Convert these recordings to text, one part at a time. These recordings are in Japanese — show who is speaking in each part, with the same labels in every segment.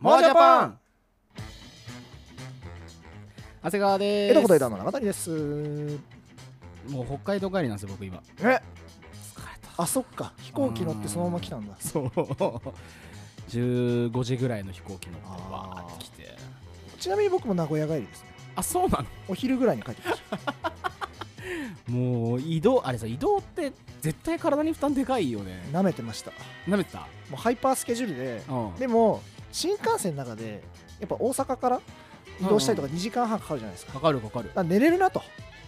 Speaker 1: ワジャパン
Speaker 2: 長谷川です
Speaker 1: 江戸こと枝の長谷です
Speaker 2: もう北海道帰りなんですよ僕今
Speaker 1: え
Speaker 2: 疲れた
Speaker 1: あそっか飛行機乗ってそのまま来たんだ
Speaker 2: そう15時ぐらいの飛行機乗って
Speaker 1: あー
Speaker 2: わーって来て
Speaker 1: ちなみに僕も名古屋帰りですね
Speaker 2: あそうな
Speaker 1: お昼ぐらいに帰ってきまし
Speaker 2: のもう移動あれさ移動って絶対体に負担でかいよね
Speaker 1: た舐めてました
Speaker 2: なめてた
Speaker 1: もうハイパースケジュールで
Speaker 2: うん
Speaker 1: でも新幹線の中でやっぱ大阪から移動したりとか2時間半かかるじゃないですか
Speaker 2: かかるかかる
Speaker 1: だから寝れるなと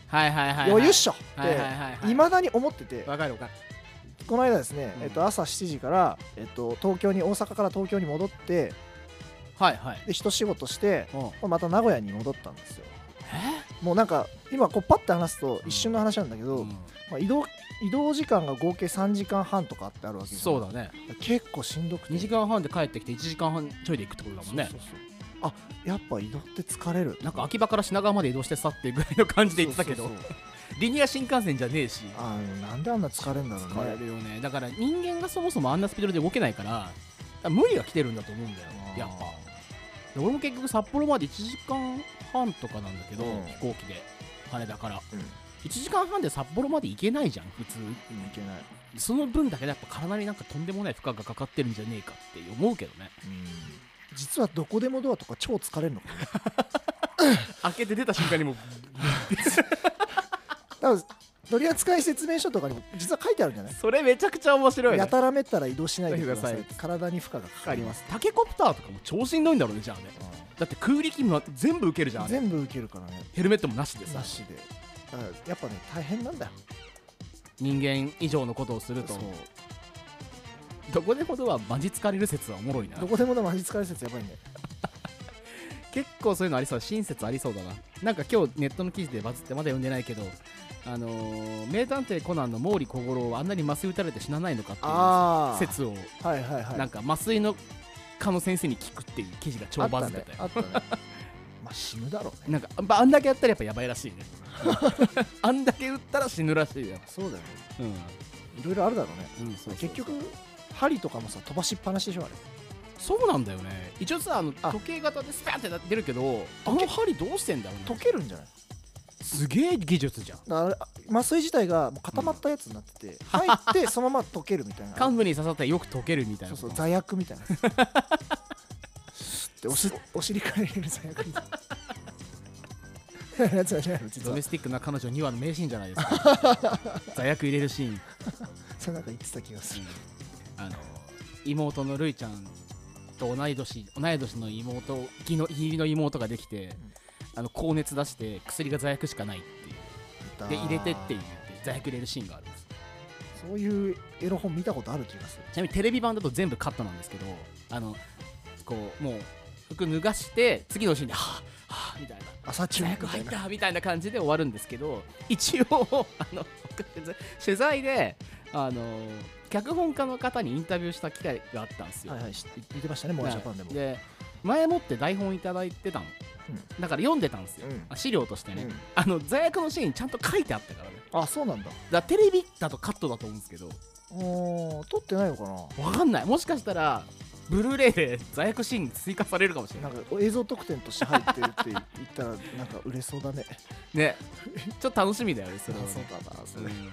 Speaker 2: はいはいはいはい
Speaker 1: 余裕っしょっ
Speaker 2: はいはいはいは
Speaker 1: て
Speaker 2: い
Speaker 1: いまだに思ってて
Speaker 2: わかるわかる
Speaker 1: この間ですね
Speaker 2: うん
Speaker 1: えっと朝7時からえっと東京に大阪から東京に戻って
Speaker 2: はいはい
Speaker 1: で一仕事して
Speaker 2: うん
Speaker 1: また名古屋に戻ったんですよ
Speaker 2: え
Speaker 1: もうなんか今こうパッて話すと一瞬の話なんだけど、まあ、移動移動時間が合計3時間半とかってあるわけじゃん
Speaker 2: そうだね
Speaker 1: 結構しんどくて
Speaker 2: 2時間半で帰ってきて1時間半ちょいで行くってことだもんね
Speaker 1: そうそうそうあやっぱ移動って疲れる
Speaker 2: なんか秋葉から品川まで移動してさっていうぐらいの感じで言ってたけど
Speaker 1: そうそうそう
Speaker 2: リニア新幹線じゃねえし
Speaker 1: あーなんであんな疲れるんだろうね
Speaker 2: 疲れるよねだから人間がそもそもあんなスピードで動けないからだから無理が来てるんだと思うんだよ
Speaker 1: あー
Speaker 2: やっぱで俺も結局札幌まで1時間半とかなんだけど、
Speaker 1: うん
Speaker 2: 飛行機で羽田から、
Speaker 1: うん
Speaker 2: 1時間半で札幌まで行けないじゃん普通
Speaker 1: うんいけない、
Speaker 2: その分だけでやっぱ体になんかとんでもない負荷がかかってるんじゃねえかって思うけどね
Speaker 1: 実はどこでもドアとか超疲れるのかな
Speaker 2: 開けて出た瞬間にもう
Speaker 1: 多分取り扱い説明書とかにも実は書いてあるんじゃない
Speaker 2: それめちゃくちゃ面白いね
Speaker 1: やたらめったら移動しないでくださ
Speaker 2: や
Speaker 1: い
Speaker 2: めてくだ
Speaker 1: 体に負荷がかかります
Speaker 2: タケコプターとかも超しんどいんだろうねじゃあねだって空力もあって全部受けるじゃんあれ
Speaker 1: 全部受けるからね
Speaker 2: ヘルメットもなしでさ
Speaker 1: なしでだからやっぱね大変なんだよ
Speaker 2: 人間以上のことをすると
Speaker 1: そう
Speaker 2: どこでもドアマジ疲れる説はおもろいな
Speaker 1: どこでもでも味疲れ説やばいね
Speaker 2: 結構そういうのありそう親切ありそうだななんか今日ネットの記事でバズってまだ読んでないけどあのー名探偵コナンの毛利小五郎はあんなに麻酔打たれて死なないのかっていう
Speaker 1: あ
Speaker 2: 説を
Speaker 1: あはいはいはい
Speaker 2: なんか麻酔の科の先生に聞くっていう記事が超バズってたよ
Speaker 1: あったね あったねまあ死ぬだろう
Speaker 2: な
Speaker 1: ね
Speaker 2: んかああんだけやったらやっぱやばいらしいね あんだけ打ったら死ぬらしいよ
Speaker 1: そうだよね
Speaker 2: うん
Speaker 1: いろいろあるだろうね
Speaker 2: うん、そうそうそう
Speaker 1: 結局針とかもさ飛ばしっぱなしでしょあれ
Speaker 2: そうなんだよね一応さあの
Speaker 1: あ
Speaker 2: 時計型でスパーって出るけどあの針どうしてんだろう
Speaker 1: 溶
Speaker 2: ね
Speaker 1: けるんじゃない
Speaker 2: すげえ技術じゃん
Speaker 1: だからあれあ麻酔自体がもう固まったやつになってて、入ってそのまま溶けるみたいな
Speaker 2: 幹部に刺さってよく溶けるみたいな
Speaker 1: そうそう
Speaker 2: こと
Speaker 1: 座薬み たいなスッておしお尻から入れる座薬みたい な やつはじゃないの実
Speaker 2: ド
Speaker 1: は
Speaker 2: メスティックな彼女にはの名シーンじゃないですか 座薬入れるシーン、うん
Speaker 1: それなんか言ってた気がする
Speaker 2: あの妹のるいちゃんと同い年同い年の妹義の義理の妹ができて、あの高熱出して薬が座薬しかないっていうで入れてって言って座薬入れるシーンがあるんです
Speaker 1: そういうエロ本見たことある気がする
Speaker 2: ちなみにテレビ版だと全部カットなんですけどあのこうもう服脱がして次のシーンで「はあはあ」みたいな「
Speaker 1: 朝中
Speaker 2: 早
Speaker 1: み
Speaker 2: く
Speaker 1: た
Speaker 2: 入っ
Speaker 1: いな
Speaker 2: た」みたいな感じで終わるんですけど 一応あの 取材であの脚本家の方にインタビューした機会があったんですよ。
Speaker 1: はいはいし言ってましたねモア
Speaker 2: はい
Speaker 1: ジャパンでも、
Speaker 2: で前もって台本いただいてたの、
Speaker 1: う
Speaker 2: だから読んでたんですよ、
Speaker 1: うん
Speaker 2: あ資料としてね、
Speaker 1: うん
Speaker 2: あの座薬のシーンちゃんと書いてあったからね
Speaker 1: あそうなんだ
Speaker 2: だからテレビだとカットだと思うんですけど
Speaker 1: おー撮ってないのかな
Speaker 2: わかんないもしかしたらブルーレイで座薬シーン追加されるかもしれな
Speaker 1: ないんか映像特典として入ってるって言ったらなんか売れそうだね
Speaker 2: ねちょっと楽しみだよ ねそれはね
Speaker 1: あそうだなそれ
Speaker 2: うん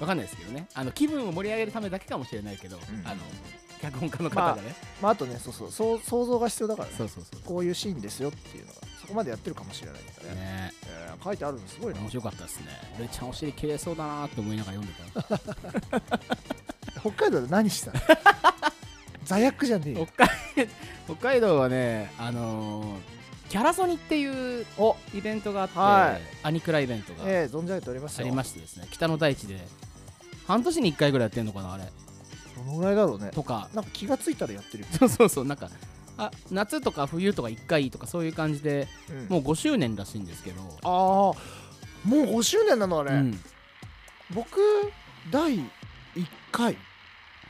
Speaker 2: わかんないですけどねあの気分を盛り上げるためだけかもしれないけど、
Speaker 1: ん
Speaker 2: あの脚本家の方がね、
Speaker 1: まああとねそうそうそう想像が必要だからね
Speaker 2: そうそうそう
Speaker 1: こういうシーンですよっていうのがそこまでやってるかもしれないからね、
Speaker 2: ね
Speaker 1: えー書いてあるのすごいな
Speaker 2: 面白かったですねルイちゃんお尻切れそうだなって思いながら読ん でた
Speaker 1: 北海道で何し たの座薬じゃねえよ
Speaker 2: 北海北海道はねあのーキャラソニっていうイベントがあって、
Speaker 1: はい
Speaker 2: アニクライベントが、
Speaker 1: ええ存じ上げております
Speaker 2: あ
Speaker 1: よ
Speaker 2: りましてですね北の大地で半年に1回ぐらいやってんのかなあれ
Speaker 1: どのぐらいだろうね
Speaker 2: とか
Speaker 1: なんか気がついたらやってるよ、
Speaker 2: そうそうそうなんかあ夏とか冬とか1回とかそういう感じで
Speaker 1: うん
Speaker 2: もう5周年らしいんですけど、
Speaker 1: ああもう5周年なのあれ、
Speaker 2: うん
Speaker 1: 僕第1回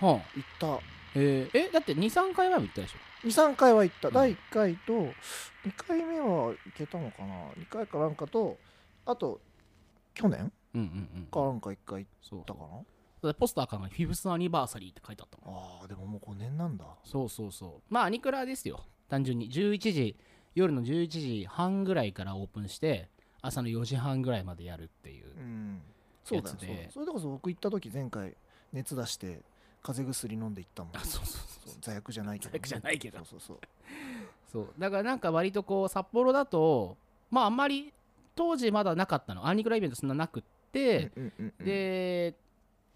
Speaker 1: 行
Speaker 2: はあ
Speaker 1: った
Speaker 2: えーえだって23回前も行ったでし
Speaker 1: 23回は行った、
Speaker 2: うん
Speaker 1: 第1回と2回目は行けたのかな2回かなんかとあと去年
Speaker 2: ょうんうんうん
Speaker 1: かなんか1回行
Speaker 2: そう
Speaker 1: ったかな
Speaker 2: でポスターからフィフスアニバーサリーって書いてあったの
Speaker 1: ああでももう5年なんだ
Speaker 2: そうそうそうまあアニクラですよ単純に11時夜の11時半ぐらいからオープンして朝の4時半ぐらいまでやるっていう
Speaker 1: うんそうだよ
Speaker 2: やつで
Speaker 1: そうだそれでこそ僕行った時前回熱出して風邪薬飲んで行ったもん
Speaker 2: あそうそうそう
Speaker 1: そう座薬じゃないけど、
Speaker 2: 座薬じゃないけど
Speaker 1: そうそうそう
Speaker 2: そうだからなんか割とこう札幌だとまああんまり当時まだなかったのアニクライベントそんななくって、
Speaker 1: うんうんうん、
Speaker 2: で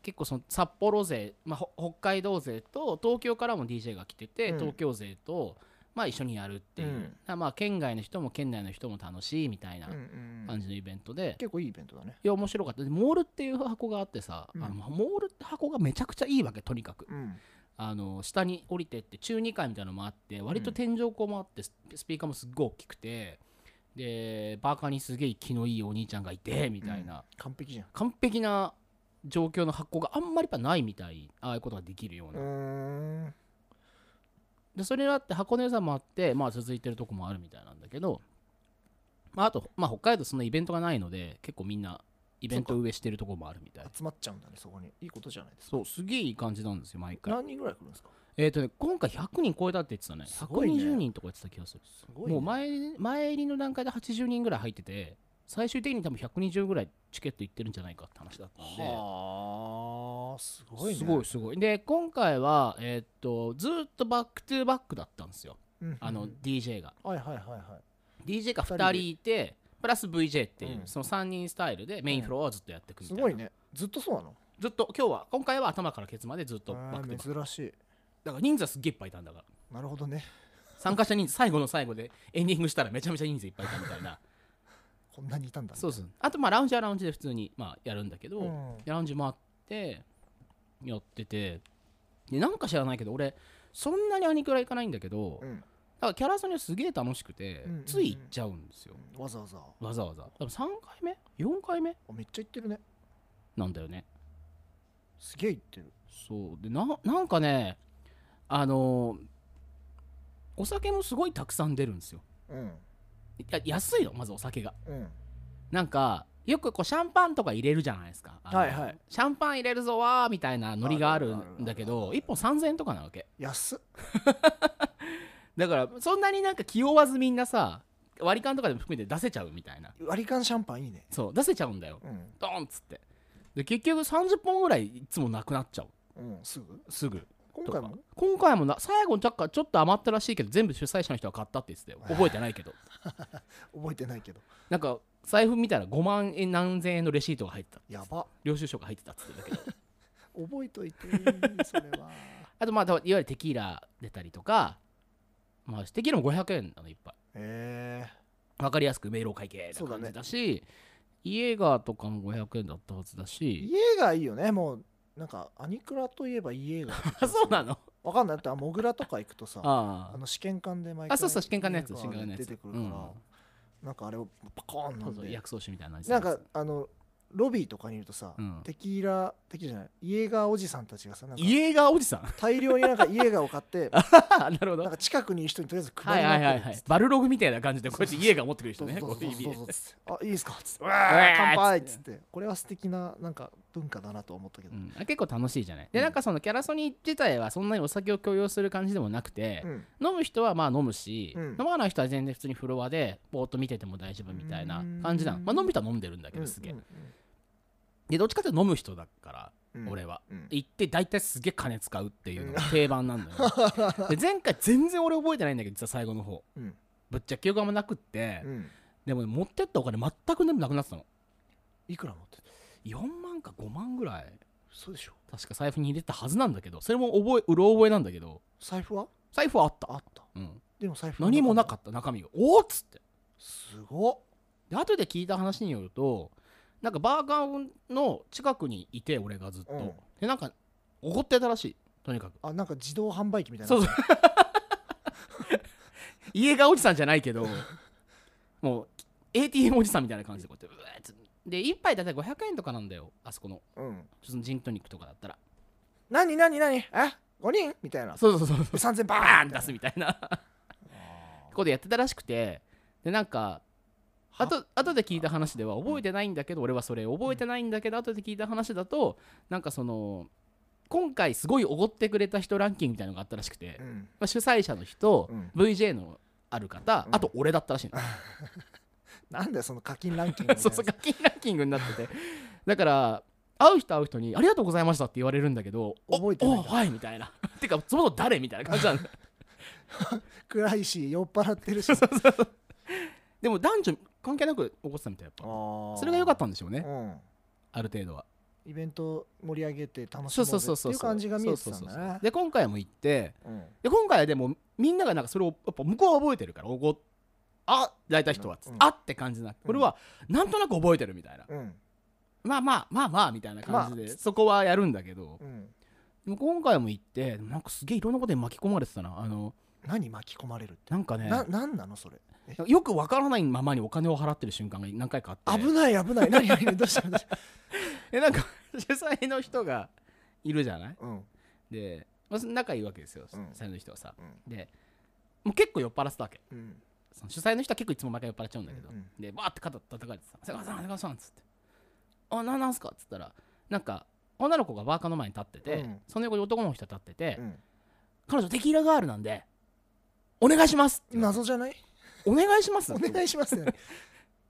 Speaker 2: 結構その札幌勢、まあ、ほ北海道勢と東京からも DJ が来てて、
Speaker 1: うん
Speaker 2: 東京勢と、まあ、一緒にやるっていう、
Speaker 1: うん
Speaker 2: だからまあ、県外の人も県内の人も楽しいみたいな
Speaker 1: うんうん
Speaker 2: 感じのイベントで、
Speaker 1: 結構いいイベントだね
Speaker 2: いや面白かったでモールっていう箱があってさ、
Speaker 1: うん
Speaker 2: あのモールって箱がめちゃくちゃいいわけとにかく
Speaker 1: うん
Speaker 2: あの下に降りてって中2階みたいなのもあって割と天井高もあってススピーカーもすっごい大きくてでバーカーにすげえ気のいいお兄ちゃんがいてみたいな、
Speaker 1: 完璧じゃん
Speaker 2: 完璧な状況の箱があんまりやっぱないみたいああいうことができるような、
Speaker 1: うーん
Speaker 2: でそれがあって箱根さんもあってまあ続いてるとこもあるみたいなんだけど、まあ、あと、まあ、北海道そんなイベントがないので結構みんなイベント上してるとこもあるみたい
Speaker 1: 集まっちゃうんだねそこにいいことじゃないですか
Speaker 2: そうすげえいい感じなんですよ毎回
Speaker 1: 何人ぐらい来るんですか
Speaker 2: えっ、とね今回100人超えたって言ってたね
Speaker 1: すごいね
Speaker 2: 120人とか言ってた気がする
Speaker 1: すごい、ね、
Speaker 2: もう前前入りの段階で80人ぐらい入ってて最終的に多分120ぐらいチケットいってるんじゃないかって話だったんで、
Speaker 1: はあすごいね
Speaker 2: すごいすごいで今回は、えーっとずーっとバックトゥーバックだったんですよ、
Speaker 1: うんうんうん
Speaker 2: あの DJ が
Speaker 1: はいはいはいはい
Speaker 2: DJ が
Speaker 1: 二人
Speaker 2: 2人いてプラス VJ っていう、
Speaker 1: うん
Speaker 2: その3人スタイルでメインフロアをずっとやっていくみた
Speaker 1: す
Speaker 2: いな、
Speaker 1: ごいねずっとそうなの
Speaker 2: ずっと今日は今回は頭からケツまでずっとバックトゥーバック
Speaker 1: あー珍しい
Speaker 2: だから人数はすっげえいっぱいいたんだから
Speaker 1: なるほどね
Speaker 2: 参加者人数最後の最後でエンディングしたらめちゃめちゃ人数いっぱいいたみたい な
Speaker 1: こんなにいたんだね
Speaker 2: そうそうあとまあラウンジはラウンジで普通にまあやるんだけど、
Speaker 1: うん
Speaker 2: ラウンジもあってやっててでなんか知らないけど俺そんなにアニクラ行かないんだけど、だ
Speaker 1: うん
Speaker 2: からキャラソニはすげえ楽しくて、
Speaker 1: うんうんうん
Speaker 2: つい行っちゃうんですよ、
Speaker 1: わざわざあ
Speaker 2: わざわざ多分3回目4回目
Speaker 1: めっちゃ行ってるね
Speaker 2: なんだよね
Speaker 1: すげえ行ってる
Speaker 2: そうでななんかねあのーお酒もすごいたくさん出るんですよ
Speaker 1: うん
Speaker 2: いや安いのまずお酒が
Speaker 1: うん
Speaker 2: なんかよくこうシャンパンとか入れるじゃないですかあの
Speaker 1: はいはい
Speaker 2: シャンパン入れるぞわーみたいなノリがある
Speaker 1: あるあるある
Speaker 2: んだけど1本3000円とかなわけ
Speaker 1: 安っ
Speaker 2: だからそんなになんか気負わずみんなさ割り勘とかでも含めて出せちゃうみたいな
Speaker 1: 割り勘シャンパンいいね
Speaker 2: そう出せちゃうんだよ
Speaker 1: うん
Speaker 2: ドーンっつってで結局30本ぐらいいつもなくなっちゃう
Speaker 1: うんすぐ
Speaker 2: すぐ
Speaker 1: 今
Speaker 2: と
Speaker 1: 回
Speaker 2: か
Speaker 1: も
Speaker 2: 今回もな最後にちょっかちょっと余ったらしいけど全部主催者の人が買ったって言ってたよ覚えてないけど
Speaker 1: 覚えてないけど
Speaker 2: なんか財布見たら5万円何千円のレシートが入ってた
Speaker 1: やば
Speaker 2: 領収書が入ってたっつってたけど
Speaker 1: 覚えといてそれは
Speaker 2: あとまあいわゆるテキーラ出たりとかまあテキーラも500円なのいっぱい
Speaker 1: え
Speaker 2: わかりやすく迷路会計な感じだし、イエーガーとかも500円だったはずだ
Speaker 1: え
Speaker 2: し
Speaker 1: 家がいいよねもうなんかアニクラといえば家が
Speaker 2: あそうなの
Speaker 1: わかんないだってあモグラとか行くとさ
Speaker 2: あ
Speaker 1: あの試験管で毎
Speaker 2: あそうそう試験管のやつ
Speaker 1: 家が
Speaker 2: 試験管のやつ
Speaker 1: 出てくるから、なんかあれをパコーン
Speaker 2: うん
Speaker 1: な
Speaker 2: そうんそう
Speaker 1: で
Speaker 2: 薬草酒みたいな感じ
Speaker 1: なんかあのロビーとかにいるとさ、
Speaker 2: うん
Speaker 1: テキーラテキーラじゃないイエーガーおじさんたちがさなんか
Speaker 2: イエーガーおじさん
Speaker 1: 大量になんかイエーガーを買って
Speaker 2: なるほど
Speaker 1: なん
Speaker 2: は
Speaker 1: か近くにいる人にとりあえず
Speaker 2: い
Speaker 1: 配り
Speaker 2: は
Speaker 1: ま
Speaker 2: い
Speaker 1: く
Speaker 2: はい
Speaker 1: る
Speaker 2: は
Speaker 1: っ
Speaker 2: い
Speaker 1: つって
Speaker 2: バルログみたいな感じでこうやってイエーガー持ってくる人
Speaker 1: そう
Speaker 2: ね
Speaker 1: そう
Speaker 2: こう指
Speaker 1: そ
Speaker 2: で
Speaker 1: うそうっつってあいいですかっつって
Speaker 2: ー
Speaker 1: 乾杯っ
Speaker 2: っつ
Speaker 1: つ
Speaker 2: っ
Speaker 1: ってこれは素敵ななんか文化だなと思ったけど
Speaker 2: う、んあ結構楽しいじゃないで
Speaker 1: うん
Speaker 2: なんかそのキャラソニー自体はそんなにお酒を強要する感じでもなくて
Speaker 1: う、ん
Speaker 2: 飲む人はまあ飲むし、
Speaker 1: うん
Speaker 2: 飲まない人は全然普通にフロアでぼーっと見てても大丈夫みたいな感じなの
Speaker 1: うん
Speaker 2: まあ飲む人は飲んでるんだけどすげえ、
Speaker 1: うん
Speaker 2: でどっちかっていうと飲む人だから
Speaker 1: うんうん
Speaker 2: 俺は
Speaker 1: うん
Speaker 2: 行って大体すげえ金使うっていうのが定番なんだよ で前回全然俺覚えてないんだけど実は最後の方
Speaker 1: うん
Speaker 2: ぶっちゃけ記憶があんまなくって、
Speaker 1: うん
Speaker 2: でもね持ってったお金全く全部なくなってたの
Speaker 1: いくら持ってた
Speaker 2: 4万か5万ぐらい
Speaker 1: そうでしょ
Speaker 2: 確か財布に入れてたはずなんだけどそれも覚えうろ覚えなんだけど
Speaker 1: 財布は
Speaker 2: 財布はあった、
Speaker 1: あった
Speaker 2: うん、
Speaker 1: でも財布
Speaker 2: 何もなか
Speaker 1: っ
Speaker 2: った中身がおおっつって
Speaker 1: たすごっ
Speaker 2: で後で聞いた話によるとなんかバーガーの近くにいて俺がずっと、
Speaker 1: うん
Speaker 2: でなんか怒ってたらしいとにかく
Speaker 1: あなんか自動販売機みたいな
Speaker 2: そうそう 家がおじさんじゃないけどもう ATM おじさんみたいな感じでこうやってうわーっつってで一杯だいたい500円とかなんだよあそこの
Speaker 1: うん
Speaker 2: そのジントニックとかだったら
Speaker 1: 何何何え5人みたいな
Speaker 2: そうそうそうそう
Speaker 1: 3000バ
Speaker 2: バー
Speaker 1: ーン
Speaker 2: ン出す
Speaker 1: み
Speaker 2: みたいな
Speaker 1: たいな
Speaker 2: ことやってたらしくてでなんかあと後で聞いた話では覚えてないんだけど俺はそれ覚えてないんだけど後で聞いた話だとなんかその今回すごいおごってくれた人ランキングみたいなのがあったらしくて、
Speaker 1: うん
Speaker 2: まあ、主催者の人
Speaker 1: う、ん
Speaker 2: VJ のある方、
Speaker 1: うん
Speaker 2: あと俺だったらしいの
Speaker 1: なんだよその課金ランキングみたい
Speaker 2: そ
Speaker 1: な
Speaker 2: うそう課金ランキングになっててだから会う人会う人に「ありがとうございました」って言われるんだけど「お
Speaker 1: 覚えてない
Speaker 2: お
Speaker 1: から
Speaker 2: はい」みたいな 「てかそもそも誰?」みたいな感じなん だ
Speaker 1: 暗いし酔っ払ってるし
Speaker 2: でも男女関係なく怒ってたみたいやっぱそ
Speaker 1: そ
Speaker 2: れが良かったんでしょうね
Speaker 1: うん
Speaker 2: ある程度は
Speaker 1: イベント盛り上げて楽し
Speaker 2: そ
Speaker 1: も
Speaker 2: うそうう
Speaker 1: ぜ
Speaker 2: そう
Speaker 1: って
Speaker 2: そう
Speaker 1: いう感じが見えてたん
Speaker 2: そうそ
Speaker 1: だ
Speaker 2: うそう
Speaker 1: ね
Speaker 2: で今回も行って
Speaker 1: うん
Speaker 2: で今回はでもみんながなんかそれをやっぱ向こうは覚えてるからおごあ大体人は、
Speaker 1: うん
Speaker 2: あって感じになってこれはなんとなく覚えてるみたいな、
Speaker 1: うん
Speaker 2: まあまあまあまあみたいな感じで、
Speaker 1: まあ
Speaker 2: そこはやるんだけど
Speaker 1: うん
Speaker 2: でも今回も行ってなんかすげえいろんなことに巻き込まれてたなあの
Speaker 1: 何巻き込まれるって
Speaker 2: なんかね
Speaker 1: ななんなのそれ
Speaker 2: よくわからないままにお金を払ってる瞬間が何回かあって
Speaker 1: 危ない危ない何何どうしたどうした
Speaker 2: えなんか 主催の人がいるじゃない
Speaker 1: うん
Speaker 2: で、まあ、仲いいわけですよ、
Speaker 1: うん
Speaker 2: 主催の人はさ
Speaker 1: うん
Speaker 2: でもう結構酔っ払ってたわけ
Speaker 1: うん
Speaker 2: その主催の人は結構いつも毎回酔っ払っちゃうんだけど、
Speaker 1: うん
Speaker 2: でバーって肩叩かれてさ「瀬川さん瀬川さん」っつって「あななんすか?」っつったらなんか女の子がバーカーの前に立ってて、
Speaker 1: うん
Speaker 2: その横に男の人立ってて、
Speaker 1: うん
Speaker 2: 彼女テキーラガールなんでお願いしますって
Speaker 1: 謎じゃない
Speaker 2: お願いします
Speaker 1: お願
Speaker 2: い
Speaker 1: いします よね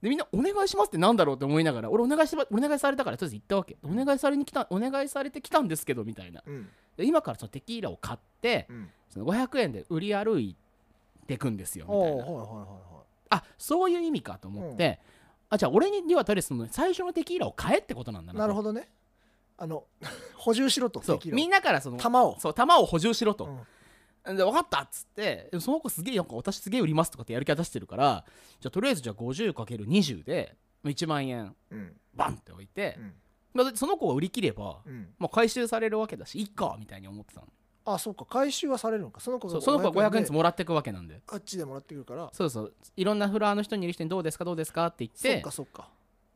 Speaker 2: でみんな「お願いします」ってなんだろうって思いながら俺お願いしまお願いされたからとりあえず行ったわけお願いされに来たお願いされてきたんですけどみたいな
Speaker 1: うん
Speaker 2: で今からそのテキーラを買って
Speaker 1: うん
Speaker 2: その500円で売り歩いてくんですよみ
Speaker 1: お
Speaker 2: た
Speaker 1: ー
Speaker 2: い
Speaker 1: はい
Speaker 2: な
Speaker 1: はいはいはい
Speaker 2: あそういう意味かと思って、あじゃあ俺にはとりあえずその最初のテキーラを買えってことなんだな
Speaker 1: なるほ
Speaker 2: ど
Speaker 1: どね。あの 補充しろと
Speaker 2: そう
Speaker 1: 敵の
Speaker 2: みんなからその
Speaker 1: 弾を。
Speaker 2: そう弾を補充しろ
Speaker 1: う
Speaker 2: と、
Speaker 1: ん
Speaker 2: で分かったっつってでもその子すげえなんか私すげえ売りますとかってやる気は出してるからじゃあとりあえずじゃあ 50×20 で1万円
Speaker 1: うん
Speaker 2: バンって置いて
Speaker 1: う、ん
Speaker 2: まあだってその子が売り切れば、
Speaker 1: うん。
Speaker 2: まあ、回収されるわけだしいっかみたいに思ってたの
Speaker 1: あそうか回収はされるのかその子
Speaker 2: そ
Speaker 1: が
Speaker 2: うその子は500円ずつ
Speaker 1: も
Speaker 2: もらってくわけなんで
Speaker 1: あっちでもらってくるから。
Speaker 2: そうそういろんなフロアの人にいる人にどうですかどうですかって
Speaker 1: そ
Speaker 2: 言っ
Speaker 1: っ
Speaker 2: て
Speaker 1: かそっか。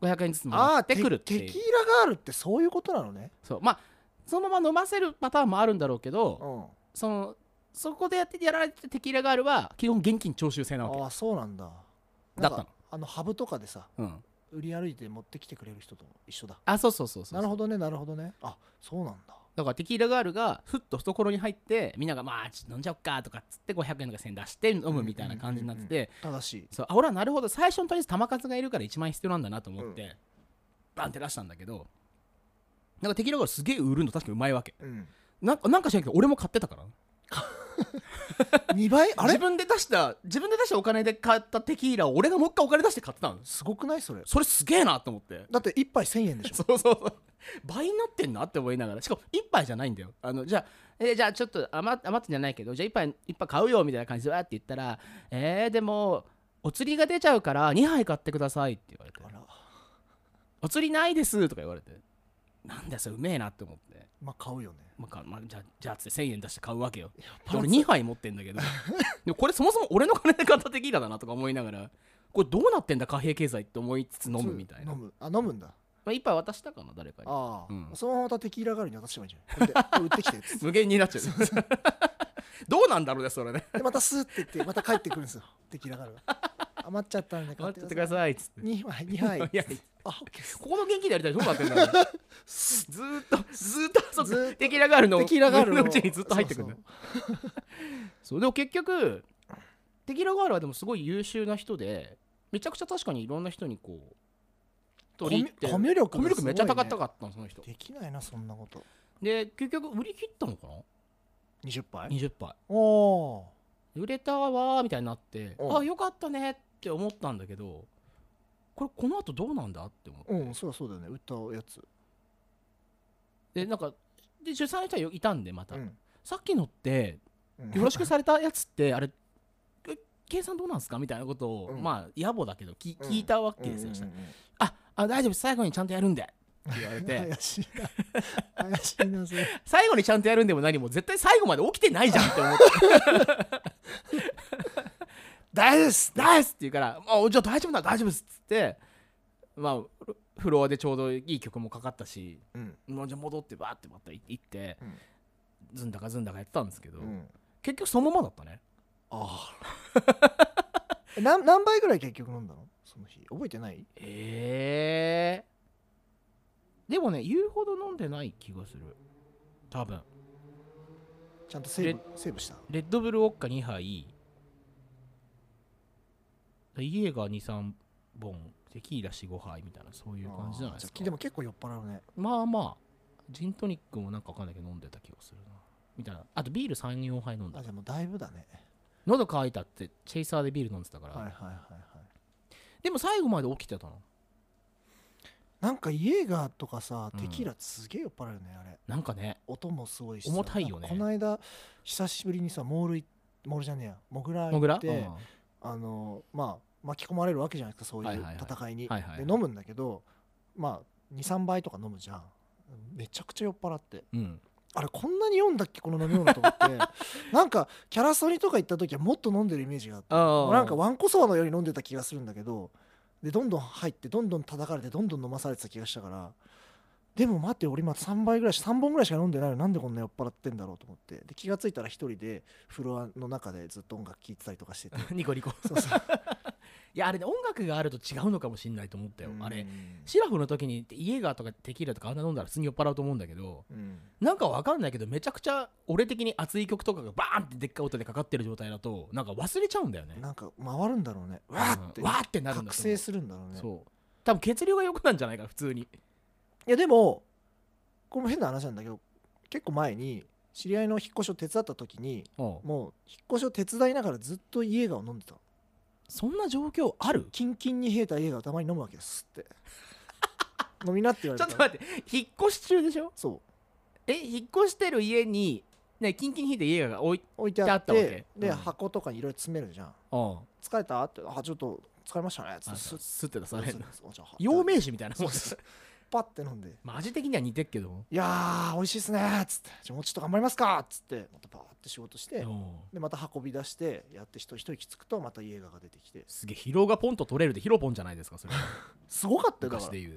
Speaker 2: 500円ずつも
Speaker 1: あ
Speaker 2: ら
Speaker 1: あ
Speaker 2: ってくるって
Speaker 1: テ
Speaker 2: い
Speaker 1: テ
Speaker 2: う
Speaker 1: キーラガールってそういうことなのね。
Speaker 2: そうまあそのまま飲ませるパターンもあるんだろうけ
Speaker 1: う
Speaker 2: ど
Speaker 1: ん。
Speaker 2: そのそこでやってやられてるテキーラガールは基本現金徴収制な
Speaker 1: あ
Speaker 2: わ
Speaker 1: あそうなんだ。
Speaker 2: だったの
Speaker 1: なんかあのハブとかでさ
Speaker 2: け、うん、
Speaker 1: 売り歩いて持ってきてくれる人と一緒だ。
Speaker 2: あそうそうそうそう
Speaker 1: なるほどねなるほどね。あそうなんだ。
Speaker 2: だからテキーラガールがふっと懐に入ってみんなが「まあちょっと飲んじゃおっか」とかっつって500円とか1000円出して飲むみたいな感じになってて、
Speaker 1: 正しい。
Speaker 2: そうあ俺はなるほど最初にとりあえず球数がいるから1万円必要なんだなと思って、
Speaker 1: う
Speaker 2: バンって出したんだけどなんかテキーラガールすげえ売るの確かにうまいわけ
Speaker 1: うん。
Speaker 2: なんかなんかしないけど俺も買ってたから
Speaker 1: 2倍あ
Speaker 2: 自
Speaker 1: れ
Speaker 2: 分で出した自分で出したお金で買ったテキーラを俺がもう一回お金出して買ってたの
Speaker 1: すごくないそれ。
Speaker 2: それすげえなと思って
Speaker 1: だって1杯1000円でしょ。
Speaker 2: そうそうそう倍になってんなって思いながらしかも1杯じゃないんだよあのじゃあえーじゃあちょっと余余ってんじゃないけどじゃあ1杯一杯買うよみたいな感じでわーって言ったらえー、でもお釣りが出ちゃうから2杯買ってくださいって言われて
Speaker 1: あら
Speaker 2: お釣りないですとか言われてなんだよそれうめえなって思って、
Speaker 1: まあ買うよね。
Speaker 2: まあかまあ、じゃあじゃあっつって1000円出して買うわけよ
Speaker 1: ぱ
Speaker 2: で俺2杯持ってんだけどでもこれそもそも俺の金で買ったテキーラだなとか思いながらこれどうなってんだ貨幣経済って思いつつ飲むみたいな、
Speaker 1: 飲
Speaker 2: ま
Speaker 1: むあ飲むんだ。
Speaker 2: あ、1杯渡したかな誰かに
Speaker 1: ああ、
Speaker 2: うん
Speaker 1: そのまままたテキーラ代わりに渡せばいいんじゃないこうやってこれ売って きてっつって
Speaker 2: 無限になっちゃう どうなんだろうねそれね
Speaker 1: でまたスーって言ってまた帰ってくるんですよテキーラ代わりが余っちゃったんで買っ
Speaker 2: 待
Speaker 1: て
Speaker 2: って
Speaker 1: く
Speaker 2: てく
Speaker 1: だ
Speaker 2: だ
Speaker 1: さい
Speaker 2: さいっつって
Speaker 1: 2杯2杯
Speaker 2: いや
Speaker 1: あオッケーです
Speaker 2: ここの元気でやりたいどうなってんだろうね ずーっとずーっとそ
Speaker 1: ずーっ
Speaker 2: うテキーラガールの
Speaker 1: テキーラ代わり
Speaker 2: 胸のうちにずっと入ってくるんだよそうでも結局テキーラガールはでもすごい優秀な人でめちゃくちゃ確かにいろんな人にこう
Speaker 1: コ
Speaker 2: 取り
Speaker 1: ミ
Speaker 2: 入って
Speaker 1: コミュ力
Speaker 2: コミュ力めっちゃ高か
Speaker 1: か
Speaker 2: ったのその人
Speaker 1: できないなそんなこと
Speaker 2: で結局売り切ったのかな
Speaker 1: 20杯
Speaker 2: 20杯
Speaker 1: おお
Speaker 2: 売れたわーみたいになって
Speaker 1: うん
Speaker 2: あよかったねって思ったんだけどこれこの後どうなんだって思って
Speaker 1: ーうんそうだそうだよね歌うやつ
Speaker 2: でなんかで主催の人はいたんでまた、
Speaker 1: うん
Speaker 2: さっきのって
Speaker 1: うん
Speaker 2: よろしくされたやつってあれえ計算どうなんすかみたいなことを、
Speaker 1: うん
Speaker 2: まあ野暮だけど聞
Speaker 1: うん
Speaker 2: 聞いたわ
Speaker 1: う
Speaker 2: け
Speaker 1: んう
Speaker 2: で
Speaker 1: ん
Speaker 2: す
Speaker 1: う
Speaker 2: よ、
Speaker 1: ん
Speaker 2: そしたらああ大丈夫です最後にちゃんとやるんでって言われて
Speaker 1: 怪しいな怪しいなそれ
Speaker 2: 最後にちゃんとやるんでも何も絶対最後まで起きてないじゃんって思って大丈夫です大丈夫ですって言うから「あじゃあ大丈夫だ大丈夫です」っつってまあフロアでちょうどいい曲もかかったし
Speaker 1: うん
Speaker 2: もうじゃあ戻ってバーってまた行って
Speaker 1: うん、
Speaker 2: ずんだかずんだかやってたんですけど、
Speaker 1: うん
Speaker 2: 結局そのままだったね
Speaker 1: ああえなん何杯ぐらい結局飲んだのその日覚えてない
Speaker 2: えー、でもね言うほど飲んでない気がする多分
Speaker 1: ちゃんとセーブセーブした
Speaker 2: レッドブルウォッカ2杯イエーガー23本テキーラ45杯みたいなそういう感じじゃないです
Speaker 1: あ
Speaker 2: か
Speaker 1: ーあでも結構酔っ払うね
Speaker 2: まあまあジントニックもなんかわかんないけど飲んでた気がするなみたいなあとビール34杯飲んだ
Speaker 1: あでもだいぶだね
Speaker 2: 喉乾いたってチェイサーでビール飲んでたから、
Speaker 1: はいはいはいはい
Speaker 2: でも最後まで起きてたの
Speaker 1: なんかイエーガーとかさ
Speaker 2: うん
Speaker 1: テキーラすげえ酔っ払うよね、あれ
Speaker 2: なんかね
Speaker 1: 音もすごいしさ
Speaker 2: 重たいよね
Speaker 1: なんかこの間久しぶりにさモールいモールじゃねえやモグラ
Speaker 2: モ
Speaker 1: 行
Speaker 2: グ
Speaker 1: っ
Speaker 2: ラ、
Speaker 1: て、
Speaker 2: うん
Speaker 1: あのまあ巻き込まれるわけじゃないですかそうい
Speaker 2: はいはいうはい
Speaker 1: 戦いに、
Speaker 2: はいはいはい
Speaker 1: で飲むんだけどまあ23杯とか飲むじゃんめちゃくちゃ酔っ払って
Speaker 2: うん、
Speaker 1: あれこんなに飲んだっけこの飲み物と かってなんかキャラソニとか行った時はもっと飲んでるイメージがあって
Speaker 2: ああ
Speaker 1: なんかワンコそばのように飲んでた気がするんだけどでどんどん入ってどんどん叩かれてどんどん飲まされてた気がしたからでも待って俺今3杯ぐらいし3本ぐらいしか飲んでないのになんでこんな酔っ払ってんだろうと思ってで気がついたら一人でフロアの中でずっと音楽聴いてたりと かしてて
Speaker 2: ニコニコ
Speaker 1: そうそう
Speaker 2: いやあれね音楽があると違うのかもしれないと思ったよあ
Speaker 1: う
Speaker 2: れ
Speaker 1: ん
Speaker 2: シラフの時にイエガーとかテキーラとかあんな飲んだら普通に酔っ払うと思うんだけど
Speaker 1: うん
Speaker 2: なんかわかんないけどめちゃくちゃ俺的に熱い曲とかがバーンってでっかい音でかかってる状態だとなんか忘れちゃうんだよね
Speaker 1: なんか回るんだろうね
Speaker 2: うん
Speaker 1: わーって
Speaker 2: わーってなるんだと思
Speaker 1: 覚醒
Speaker 2: う
Speaker 1: するんだろうね
Speaker 2: そう多分血流が良くなんじゃないか普通に
Speaker 1: いやでもこれも変な話なんだけど結構前に知り合いの引っ越しを手伝った時に
Speaker 2: うん
Speaker 1: もう引っ越しを手伝いながらずっとイエガーを飲んでたの
Speaker 2: そんな状況ある
Speaker 1: キンキンに冷えたイエガーをたまに飲むわけですって飲みなって言わ
Speaker 2: ち
Speaker 1: れ
Speaker 2: ょ
Speaker 1: た
Speaker 2: っと
Speaker 1: ら
Speaker 2: 待って引っ越し中でしょ
Speaker 1: そう
Speaker 2: え引っ越してる家にねキンキン引いて家が置い
Speaker 1: 置いてあって
Speaker 2: 置いてあったわけ
Speaker 1: で、
Speaker 2: うん
Speaker 1: 箱とかにいろいろ詰めるじゃん
Speaker 2: うん
Speaker 1: 疲れたってあちょっと疲れましたねっつってスッ
Speaker 2: 吸ってたさ
Speaker 1: ス
Speaker 2: れ
Speaker 1: ッ
Speaker 2: る
Speaker 1: スッスッじゃあ
Speaker 2: 陽明酒みたいなもん
Speaker 1: そうパッて飲んで
Speaker 2: まあ味的には似てっけど
Speaker 1: いやー美味しいっすねーっつってじゃあもうちょっと頑張りますかーっつってまたバーって仕事して
Speaker 2: うん
Speaker 1: でまた運び出してやって一息つくとまたイエガーが出てきて
Speaker 2: すげえ疲労がポンと取れるでヒロポンじゃないですかそれ
Speaker 1: すごかったよだ
Speaker 2: 昔
Speaker 1: から
Speaker 2: で言う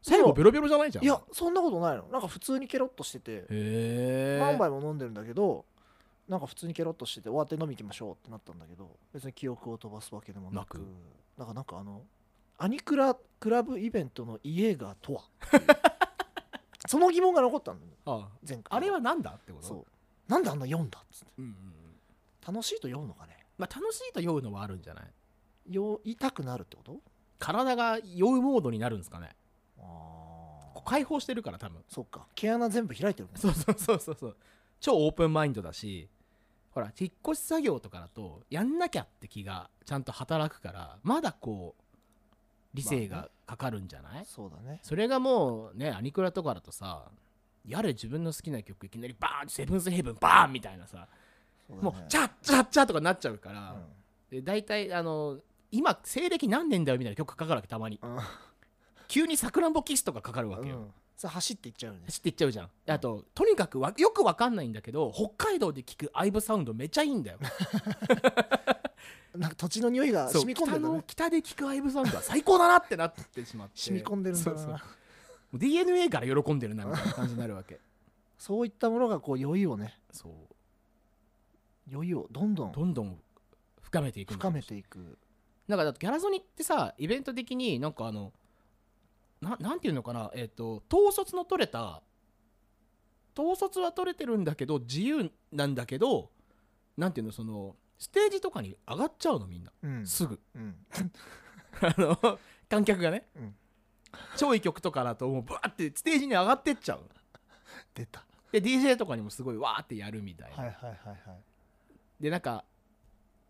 Speaker 2: 最後ベロベロじゃないじゃん
Speaker 1: いやそんなことないのなんか普通にケロッとしてて
Speaker 2: へえ
Speaker 1: 何杯も飲んでるんだけどなんか普通にケロッとしてて終わって飲み行きましょうってなったんだけど別に記憶を飛ばすわけでもなく
Speaker 2: なく
Speaker 1: なんかなんかあのアニクラクラブイベントのイエガー とはその疑問が残ったんだよ
Speaker 2: あ
Speaker 1: 前回
Speaker 2: あれはなんだってこと
Speaker 1: そうなんであんな読んだっつって
Speaker 2: うんうんうん
Speaker 1: 楽しいと読むのかね
Speaker 2: まあ楽しいと酔うのはあるんじゃない
Speaker 1: 酔いたくなるってこと
Speaker 2: 体が酔うモードになるんですかね
Speaker 1: あ
Speaker 2: こ
Speaker 1: あ
Speaker 2: う開放してるから多分
Speaker 1: そっか毛穴全部開いてるもんね
Speaker 2: そうそうそうそうそう超オープンマインドだしほら引っ越し作業とかだとやんなきゃって気がちゃんと働くからまだこう理性
Speaker 1: まあ
Speaker 2: がかかるんじゃない、
Speaker 1: そうだね
Speaker 2: それがもうねアニクラとかだとさやれ自分の好きな曲いきなりバーンセブンスヘブンバーンみたいなさ
Speaker 1: そうだね
Speaker 2: もうチャッチャッチャッとかなっちゃうから、
Speaker 1: うん
Speaker 2: で大体あの今西暦何年だよみたいな曲かかるわけたまに
Speaker 1: うん
Speaker 2: 急にさくらんぼキスとかかかるわけよ、
Speaker 1: うん、それ走っていっちゃうよね
Speaker 2: 走っていっちゃうじゃんあととにかくわよくわかんないんだけど北海道で聞くアイブサウンドめちゃいいんだよ
Speaker 1: なんか土地の匂いが
Speaker 2: そう
Speaker 1: 染み込んでるんだ
Speaker 2: 北
Speaker 1: ね
Speaker 2: の北で聞くアイブサウンドは最高だなってなってしまって
Speaker 1: 染み込んでるんだな
Speaker 2: そ
Speaker 1: そ
Speaker 2: そう
Speaker 1: うう
Speaker 2: もう DNA から喜んでるなみたいな感じになるわけ
Speaker 1: いったものがこう酔いをね
Speaker 2: そう
Speaker 1: 酔いをどんどん
Speaker 2: どんどん深めていくんだ
Speaker 1: 深めていく
Speaker 2: なんかだってギャラソニってさイベント的になんかあのななんていうのかなえっ、と統率の取れた統率は取れてるんだけど自由なんだけどなんていうのそのステージとかに上がっちゃうのみんな、
Speaker 1: うん
Speaker 2: すぐ
Speaker 1: うん
Speaker 2: あの観客がね、
Speaker 1: うん
Speaker 2: 超いい曲とかだともうバーってステージに上がってっちゃう
Speaker 1: 出た
Speaker 2: で DJ とかにもすごいわーってやるみたいな、
Speaker 1: はいはいはいはい
Speaker 2: でなんか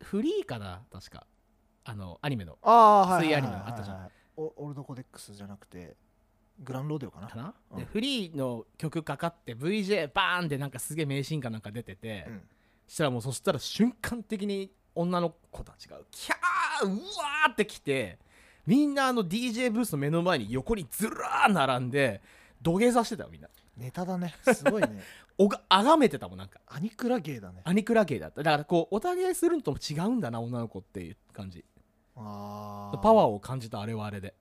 Speaker 2: フリーかな確かあのアニメの
Speaker 1: ああはい
Speaker 2: そういう
Speaker 1: は
Speaker 2: ア
Speaker 1: い
Speaker 2: ニ
Speaker 1: は
Speaker 2: メ
Speaker 1: い
Speaker 2: もあったじゃん
Speaker 1: はいおオールドコデックスじゃなくてグランローデオかな
Speaker 2: かな、
Speaker 1: うん
Speaker 2: でフリーの曲かかって VJ バーンでなんかすげえ名シーンかなんか出てて、
Speaker 1: うん
Speaker 2: したらもうそしたら瞬間的に女の子たちがキャーうわーって来てみんなあの DJ ブースの目の前に横にずらー並んで土下座してたよみんな
Speaker 1: ネタだねすご いね
Speaker 2: おがあがめてたもんなんか
Speaker 1: アニクラゲーだね
Speaker 2: アニクラゲーだっただからこうお互いするのとも違うんだな女の子っていう感じ
Speaker 1: あ
Speaker 2: パワー
Speaker 1: ー
Speaker 2: を感じたあれはあれで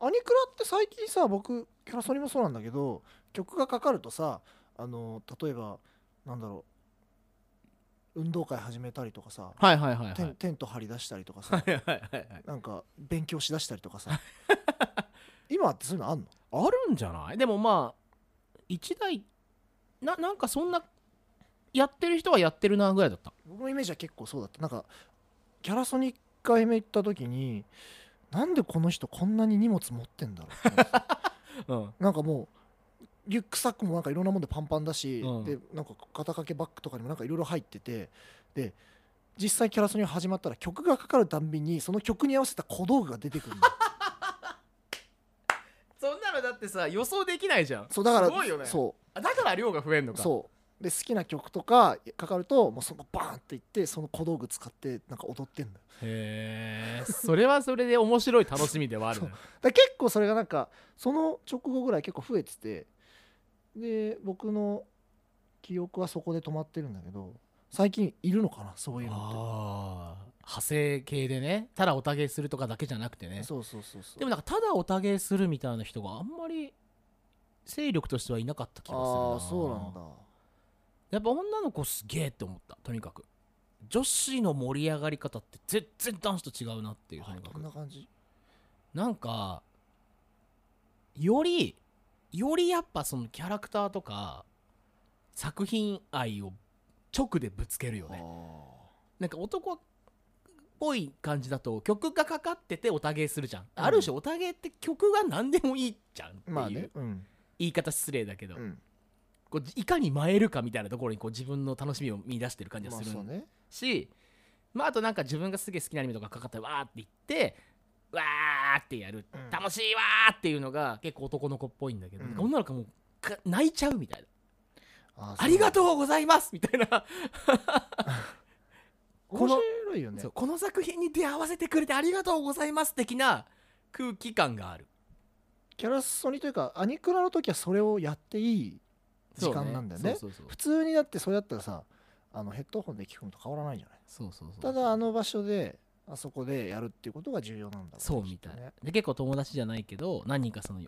Speaker 1: アニクラって最近さ僕キャラソニもそうなんだけど曲がかかるとさあの例えばなんだろう運動会始めたりとかさ、
Speaker 2: はいはいはいはい
Speaker 1: テンテント張り出したりとかさ
Speaker 2: はいはいはいはい
Speaker 1: なんか勉強しだしたりと かさ今ってそういうのあんの
Speaker 2: あるんじゃないでもまあ一台ななんかそんなやってる人はやってるなぐらいだった
Speaker 1: 僕のイメージは結構そうだったなんかキャラソニ1回目行った時になんでこの人こんなに荷物持ってんだろうって思って
Speaker 2: うん
Speaker 1: なんかもうリュックサックもなんかいろんなもんでパンパンだし、
Speaker 2: うん
Speaker 1: でなんか肩掛けバッグとかにもなんかいろいろ入っててで実際キャラソニが始まったら曲がかかるたんびにその曲に合わせた小道具が出て くるの
Speaker 2: そんなのだってさ予想できないじゃん
Speaker 1: そうだから
Speaker 2: すごいよね
Speaker 1: そう
Speaker 2: あだから量が増えんのか
Speaker 1: そうで好きな曲とかかかるともうそのバーンっていってその小道具使ってなんか踊ってんだよ
Speaker 2: へえそれはそれで面白い楽しみではあるね
Speaker 1: だから結構それがなんかその直後ぐらい結構増えててで僕の記憶はそこで止まってるんだけど最近いるのかなそういうのっ
Speaker 2: ああ派生系でねただおたげするとかだけじゃなくて
Speaker 1: て
Speaker 2: ね
Speaker 1: そうそうそうそう
Speaker 2: でもなんかただおたげするみたいな人があんまり勢力としてはいなかった気がするな
Speaker 1: ああーそうなんだ
Speaker 2: やっぱ女の子すげえって思ったとにかく女子の盛り上がり方って全然男子と違うなっていうとにか
Speaker 1: あこん
Speaker 2: く
Speaker 1: な感じ
Speaker 2: なんかよりよりやっぱそのキャラクターとか作品愛を直でぶつけるよ
Speaker 1: あ
Speaker 2: ね
Speaker 1: ー
Speaker 2: なんか男っぽい感じだと曲がかかってておたげするじゃん、ある種おたげって曲が何でもいいじゃんっていう、
Speaker 1: まあねうん
Speaker 2: 言い方失礼だけど、
Speaker 1: うん
Speaker 2: こういかに舞えるかみたいなところにこう自分の楽しみを見出してる感じが
Speaker 1: ますあ
Speaker 2: るん
Speaker 1: そうね
Speaker 2: し、まあ、あとなんか自分がすげえ好きなアニメとかかかってわーって言ってわーってやる、
Speaker 1: うん
Speaker 2: 楽しいわーっていうのが結構男の子っぽいんだけど、
Speaker 1: うん
Speaker 2: 女の子はもうか泣いちゃうみたいな、
Speaker 1: あ
Speaker 2: ありが
Speaker 1: う
Speaker 2: とうございますみたいな、
Speaker 1: 面白いよね
Speaker 2: そうこの作品に出会わせてくれてありがとうございます的な空気感がある
Speaker 1: キャラソニというかアニクラの時はそれをやっていい時間なんだよね
Speaker 2: そうそうそう
Speaker 1: 普通にだってそれだったらさあのヘッドホンで聞くのと変わらないじゃない
Speaker 2: そうそうそう
Speaker 1: ただあの場所であそこでやるっていうことが重要なんだろね
Speaker 2: そうみたい
Speaker 1: きっとね
Speaker 2: で結構友達じゃないけど何人かその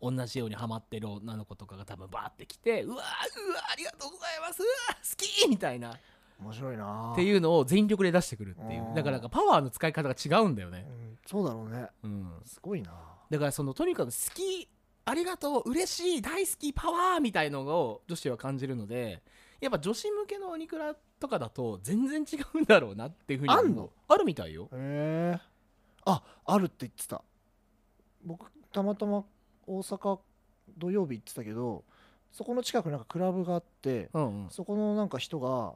Speaker 2: 同じようにハマってる女の子とかが多分バーって来てうわーうわーありがとうございますうわー好きみたいな
Speaker 1: 面白いなあ
Speaker 2: っていうのを全力で出してくるっていう
Speaker 1: うん
Speaker 2: だからなんかパワーの使い方が違うんだよね
Speaker 1: う、んそうだろうね
Speaker 2: うん、
Speaker 1: すごいな
Speaker 2: だからそのとにかく好きありがとう嬉しい大好きパワーみたいのを女子は感じるのでやっぱ女子向けのおニクラとかだと全然違うんだろうなっていうふうに思う
Speaker 1: あんの
Speaker 2: あるみたいよ
Speaker 1: へえああるって言ってた僕たまたま大阪土曜日行ってたけどそこの近くになんかクラブがあって
Speaker 2: うんうん
Speaker 1: そこのなんか人が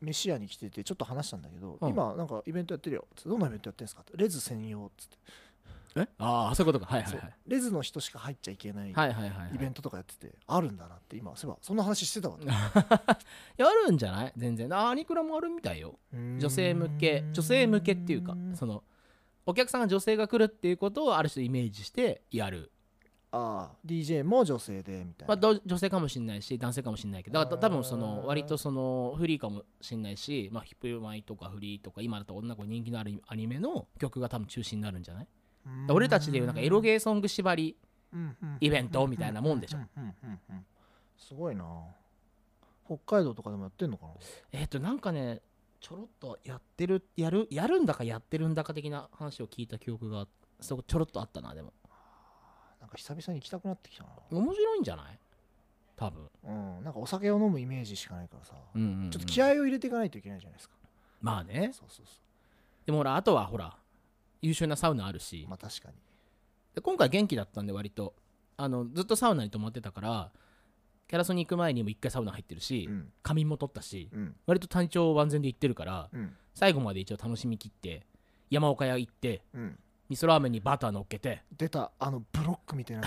Speaker 1: 飯屋に来ててちょっと話したんだけど、
Speaker 2: うん
Speaker 1: 今なんかイベントやってるよつってどんなイベントやってんですかってレズ専用っつって、
Speaker 2: えああそういうことかはいはい
Speaker 1: そう
Speaker 2: はい
Speaker 1: レズの人しか入っちゃいけない
Speaker 2: はいはいはいはい
Speaker 1: イベントとかやってて、あるんだなって今そういえばそんな話してたわ
Speaker 2: いやあるんじゃない全然あアニクラもあるみたいよ女
Speaker 1: 女
Speaker 2: 性向け女性向けっていうかそのお客さんが女性が来るっていうことをある種イメージしてやる、
Speaker 1: ああ DJ も女性でみたい
Speaker 2: まあ、
Speaker 1: な、
Speaker 2: ど女性かもしんないし男性かもしんないけどだから
Speaker 1: へー
Speaker 2: 多分その割とそのフリーかもしんないし、まあ、ヒップマイとかフリーとか今だと女の子に人気のあるアニメの曲が多分中心になるんじゃないだから俺たちでいうなんかエロゲーソング縛りイベントみたいなもんでしょ
Speaker 1: ううんうんうんすごいな北海道とかでもやってんのかな
Speaker 2: えっ、となんかねちょろっとやってるやるやるんだかやってるんだか的な話を聞いた記憶がそこちょろっとあったなでも
Speaker 1: なんか久々に行きたくなってきたな
Speaker 2: 面白いんじゃない多分、
Speaker 1: うんなんかお酒を飲むイメージしかないからさ、
Speaker 2: うんうんうん
Speaker 1: ちょっと気合を入れていかないといけないじゃないですか
Speaker 2: まあね
Speaker 1: そうそうそ
Speaker 2: でもほらあとはほら優秀なサウナあるし
Speaker 1: う、まあ確かに
Speaker 2: で今回元気だったんで割とあのずっとサウナに泊まってたからキャラソニ行く前にも一回サウナ入ってるし、
Speaker 1: うん
Speaker 2: 仮眠も取ったし、
Speaker 1: うん
Speaker 2: 割と単調万全で行ってるから
Speaker 1: うん
Speaker 2: 最後まで一応楽しみきって山岡屋行って
Speaker 1: うん
Speaker 2: 味噌ラーメンにバター乗っけて
Speaker 1: 出たあのブロックみ たいな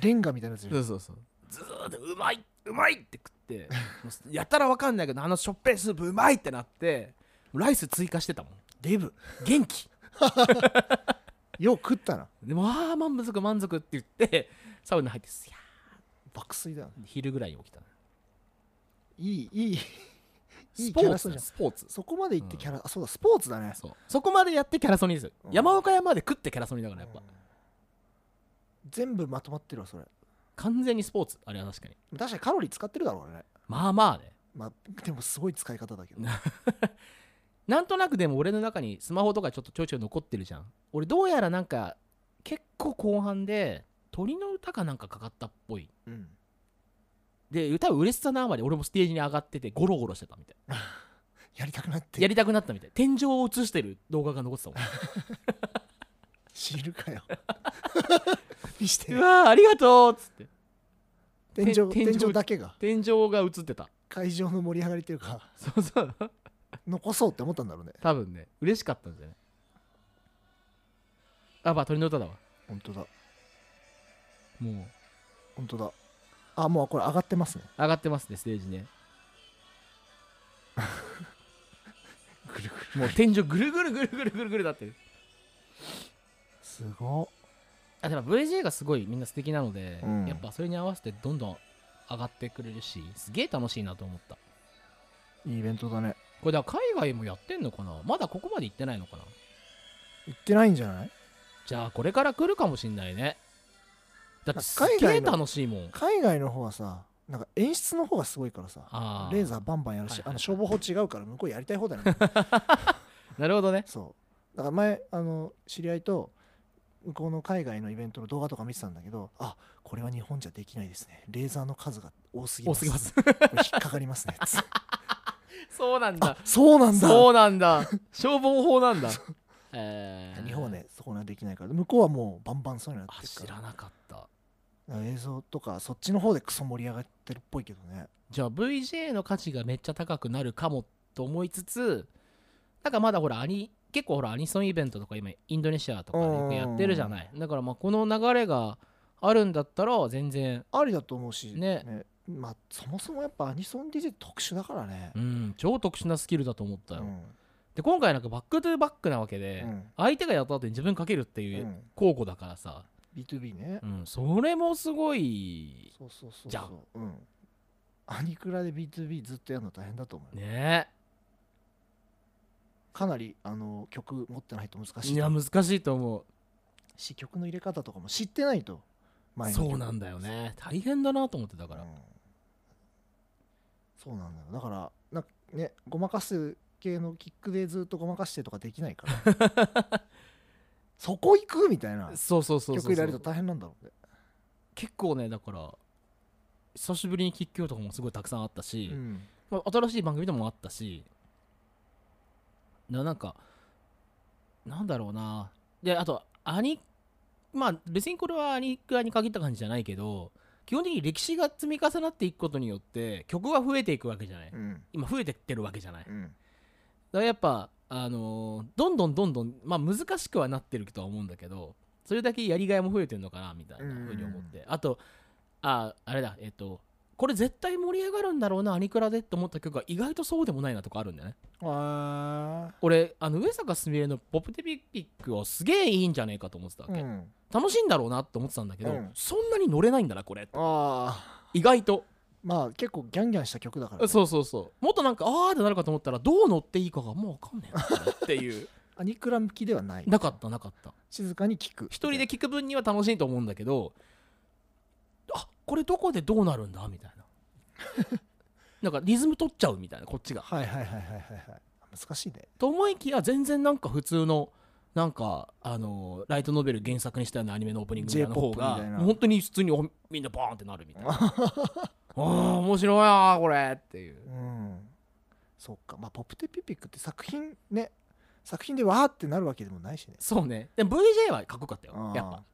Speaker 1: レンガみたいなやつ
Speaker 2: そうそうそうずーっとうまいうまいって食って もうやたらわかんないけどあのしょっぺいスープうまいってなってライス追加してたもん
Speaker 1: デブ
Speaker 2: 元気
Speaker 1: よう食ったな
Speaker 2: でもああ満足満足って言ってサウナ入ってすや
Speaker 1: 爆睡だよ
Speaker 2: ー昼ぐらいに起きた
Speaker 1: いいいいい
Speaker 2: ス
Speaker 1: い
Speaker 2: ポ
Speaker 1: キャ
Speaker 2: ー
Speaker 1: ラ
Speaker 2: ツ
Speaker 1: そう
Speaker 2: だ
Speaker 1: じゃん
Speaker 2: スポーツ
Speaker 1: そこまで行ってキャラ、あそうだスポーツだね
Speaker 2: そうそこまでやってキャラソニーですよ、
Speaker 1: うん
Speaker 2: 山岡屋まで食ってキャラソニーだからやっぱ、
Speaker 1: 全部まとまってるわそれ
Speaker 2: 完全にスポーツあれは確かに
Speaker 1: 確かにカロリー使ってるだろうね
Speaker 2: まあまあね
Speaker 1: うまあでもすごい使い方だけど
Speaker 2: なんとなくでも俺の中にスマホとかちょっとちょいちょい残ってるじゃん俺どうやらなんか結構後半で鳥の歌かなんかかかったっぽい
Speaker 1: うん
Speaker 2: で歌う嬉しさのあまり俺もステージに上がっててゴロゴロしてたみたい
Speaker 1: やりたくなって
Speaker 2: やりたくなったみたい天井を映してる動画が残ってたもん
Speaker 1: 知る かよ見し て
Speaker 2: うわーありがとうっつって
Speaker 1: 天井
Speaker 2: 天井
Speaker 1: 天井だけが
Speaker 2: 天井が映ってた
Speaker 1: 会場の盛り上がりというか
Speaker 2: そうそう
Speaker 1: 残そうって思ったんだろうね
Speaker 2: 多分ね嬉しかったんじゃないあまあ鳥の歌だわ
Speaker 1: 本当だ
Speaker 2: もう
Speaker 1: 本当だあもうこれ上がってますね
Speaker 2: 上がってますねステージね
Speaker 1: ぐるぐる
Speaker 2: もう天井ぐるぐるぐるぐるぐるぐるなってる
Speaker 1: すごっ
Speaker 2: あでも VJ がすごいみんな素敵なので、
Speaker 1: うん
Speaker 2: やっぱそれに合わせてどんどん上がってくれるしすげえ楽しいなと思った
Speaker 1: いいイベントだね
Speaker 2: これだから海外もやってんのかなまだここまで行ってないのかな
Speaker 1: 行ってないんじゃない
Speaker 2: じゃあこれから来るかもしんないねだってす
Speaker 1: まあ海
Speaker 2: げえ
Speaker 1: 外の
Speaker 2: 楽しいもん
Speaker 1: 海外の方はさなんか演出の方がすごいからさ
Speaker 2: あ
Speaker 1: レーザーバンバンやるし、
Speaker 2: はいはいはい
Speaker 1: あの消防法違うから向こうやりたい方だよね
Speaker 2: ーなるほどね
Speaker 1: そうだから前あの知り合いと向こうの海外のイベントの動画とか見てたんだけどあこれは日本じゃできないですねレーザーの数が多すぎ
Speaker 2: 多
Speaker 1: ます
Speaker 2: ぎます
Speaker 1: これ引っかかります ねつって
Speaker 2: そうなんだ
Speaker 1: あそうなんだ
Speaker 2: そうなんだ消防法なんだえー
Speaker 1: 日本はねそこはできないから向こうはもうバンバンそういうのや
Speaker 2: あ
Speaker 1: ってるか
Speaker 2: 知
Speaker 1: ら
Speaker 2: らなかった
Speaker 1: だから映像とかそっちの方でクソ盛り上がってるっぽいけどね
Speaker 2: じゃあ VJ の価値がめっちゃ高くなるかもと思いつつなんかまだほらアニ結構ほらアニソンイベントとか今インドネシアとかでよくやってるじゃないだからまあこの流れがあるんだったら全然
Speaker 1: ありだと思うし
Speaker 2: ね
Speaker 1: まあそもそもやっぱアニソン DJ 特殊だからね
Speaker 2: うん超特殊なスキルだと思った
Speaker 1: う
Speaker 2: よ、
Speaker 1: ん
Speaker 2: で今回なんかバックトゥーバックなわけ
Speaker 1: う
Speaker 2: で、
Speaker 1: ん
Speaker 2: 相手がやった後に自分かけるって
Speaker 1: う
Speaker 2: いうん候補だからさ、
Speaker 1: B2B ね
Speaker 2: うん、それもすごい
Speaker 1: そうそうそう
Speaker 2: じゃ
Speaker 1: そううんアニクラで B2B ずっとやるの大変だと思うよ
Speaker 2: ね
Speaker 1: かなりあの曲持ってないと難し
Speaker 2: い
Speaker 1: い
Speaker 2: や難しいと思う
Speaker 1: し曲の入れ方とかも知ってないと前の曲
Speaker 2: そうなんだよね大変だなと思ってたから、
Speaker 1: うんそうなんだよだからなんかねごまかす系のキックでずっとごまかしてとかできないから そこ行くみたいな
Speaker 2: そうそうそうそうそ
Speaker 1: 曲
Speaker 2: う
Speaker 1: 入れられると大変なんだろうね
Speaker 2: 結構ねだから久しぶりに聞く曲とかもすごいたくさんあったし、
Speaker 1: うん
Speaker 2: まあ、新しい番組でもあったしななんかなんだろうなであとアニまあ別にこれはアニクアに限った感じじゃないけど基本的に歴史が積み重なっていくことによって曲が増えていくわけじゃない、
Speaker 1: うん
Speaker 2: 今増えてってるわけじゃない、
Speaker 1: う
Speaker 2: だか
Speaker 1: ん
Speaker 2: らやっぱあのーどんどんどんどんまあ難しくはなってるとは思うんだけどそれだけやりがいも増えてるのかなみたいなふうに思って、あとああれだえっとこれ絶対盛り上がるんだろうなアニクラでって思った曲が意外とそうでもないなとかあるんだよね
Speaker 1: あ
Speaker 2: 俺あの上坂すみれの「ポップテピピック」をすげえいいんじゃねえかと思ってたわ
Speaker 1: う
Speaker 2: け、
Speaker 1: ん
Speaker 2: 楽しいんだろうなって思ってたんだけど、
Speaker 1: うん
Speaker 2: そんなに乗れないんだなこれ
Speaker 1: あ
Speaker 2: 意外と
Speaker 1: ーまあ結構ギャンギャンした曲だからね、
Speaker 2: そうそうそうもっとなんかあーってなるかと思ったらどう乗っていいかがもう分かんねえなっていう
Speaker 1: アニクラ向きではない
Speaker 2: なかったなかった
Speaker 1: 静かに聴く
Speaker 2: 一人で聞く分には楽しいと思うんだけどあこれどこでどうなるんだみたいななん かリズム取っちゃうみたいなこっちが
Speaker 1: はいはいはいはいはいはい難しいね
Speaker 2: と思いきや全然なんか普通のなんかあのーライトノベル原作にしたようなアニメのオープニングみたいな方
Speaker 1: J-POP
Speaker 2: が
Speaker 1: みたいな
Speaker 2: 本当に普通におみんなバーンってなるみたい なあー面白いなーこれっていう
Speaker 1: うんそっかまあポップテピピックって作品ね作品でわーってなるわけでもないしね
Speaker 2: そうねでも VJ はかっこよかったよ
Speaker 1: あー
Speaker 2: やっぱ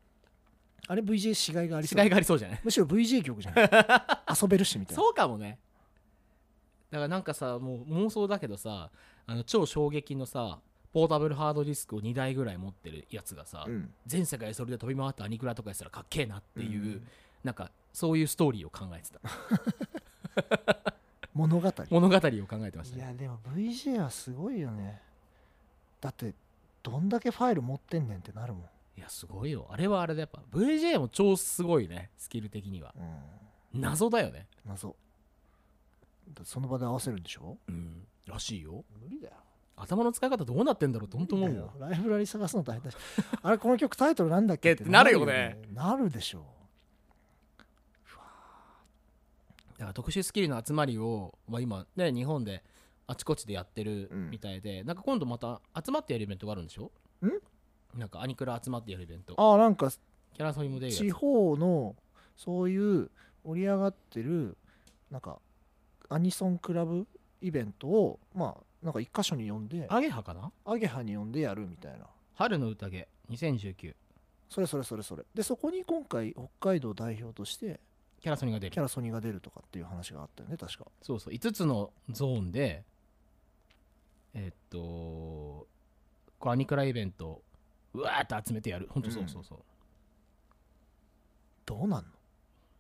Speaker 1: あれ VJ しがいがありそう
Speaker 2: 違いがありそうじゃない
Speaker 1: むしろ VJ 曲じゃない 遊べるしみたいな
Speaker 2: そうかもねだからなんかさもう妄想だけどさあの超衝撃のさポータブルハードディスクを2台ぐらい持ってるやつがさ、
Speaker 1: うん
Speaker 2: 全世界それで飛び回ったアニクラとかやったらかっけえなっていう、
Speaker 1: うん
Speaker 2: なんかそういうストーリーを考え てた
Speaker 1: 物語い
Speaker 2: 物語を考えてましたね
Speaker 1: やでも VJ はすごいよねだってどんだけファイル持ってんねんってなるもん、
Speaker 2: いやすごいよあれはあれでやっぱ VJ も超すごいねスキル的には
Speaker 1: うん、
Speaker 2: 謎だよね
Speaker 1: 謎だってその場で合わせるんでしょ
Speaker 2: うんらしいよ
Speaker 1: 無理だよ
Speaker 2: 頭の使い方どうなってんだろうと本当思うよ
Speaker 1: ライブラリ探すの大変だし あれこの曲タイトルなんだっけ
Speaker 2: ってなるよね
Speaker 1: なるでしょうわ
Speaker 2: だから特殊スキルの集まりを、まあ、今ね日本であちこちでやってるみたいで、なんか今度また集まってやるイベントがあるんでしょなんかアニクラ集まってやるイベント
Speaker 1: ああなんか
Speaker 2: キャラソニムデイ
Speaker 1: 地
Speaker 2: が
Speaker 1: 方のそういう盛り上がってるなんかアニソンクラブイベントをまあなんか一箇所に呼んで
Speaker 2: アゲハかな
Speaker 1: アゲハに呼んでやるみたいな
Speaker 2: 春の宴2019キ
Speaker 1: それそれそれそれでそこに今回北海道代表として
Speaker 2: ャラソニが出
Speaker 1: キ
Speaker 2: る
Speaker 1: ャラソニが出るとかっていう話があったよね確か
Speaker 2: そうそう5つのゾーンでえっとこうアニクライベントをうわーっと集めてやるほんとそうそうそう、
Speaker 1: どうなんの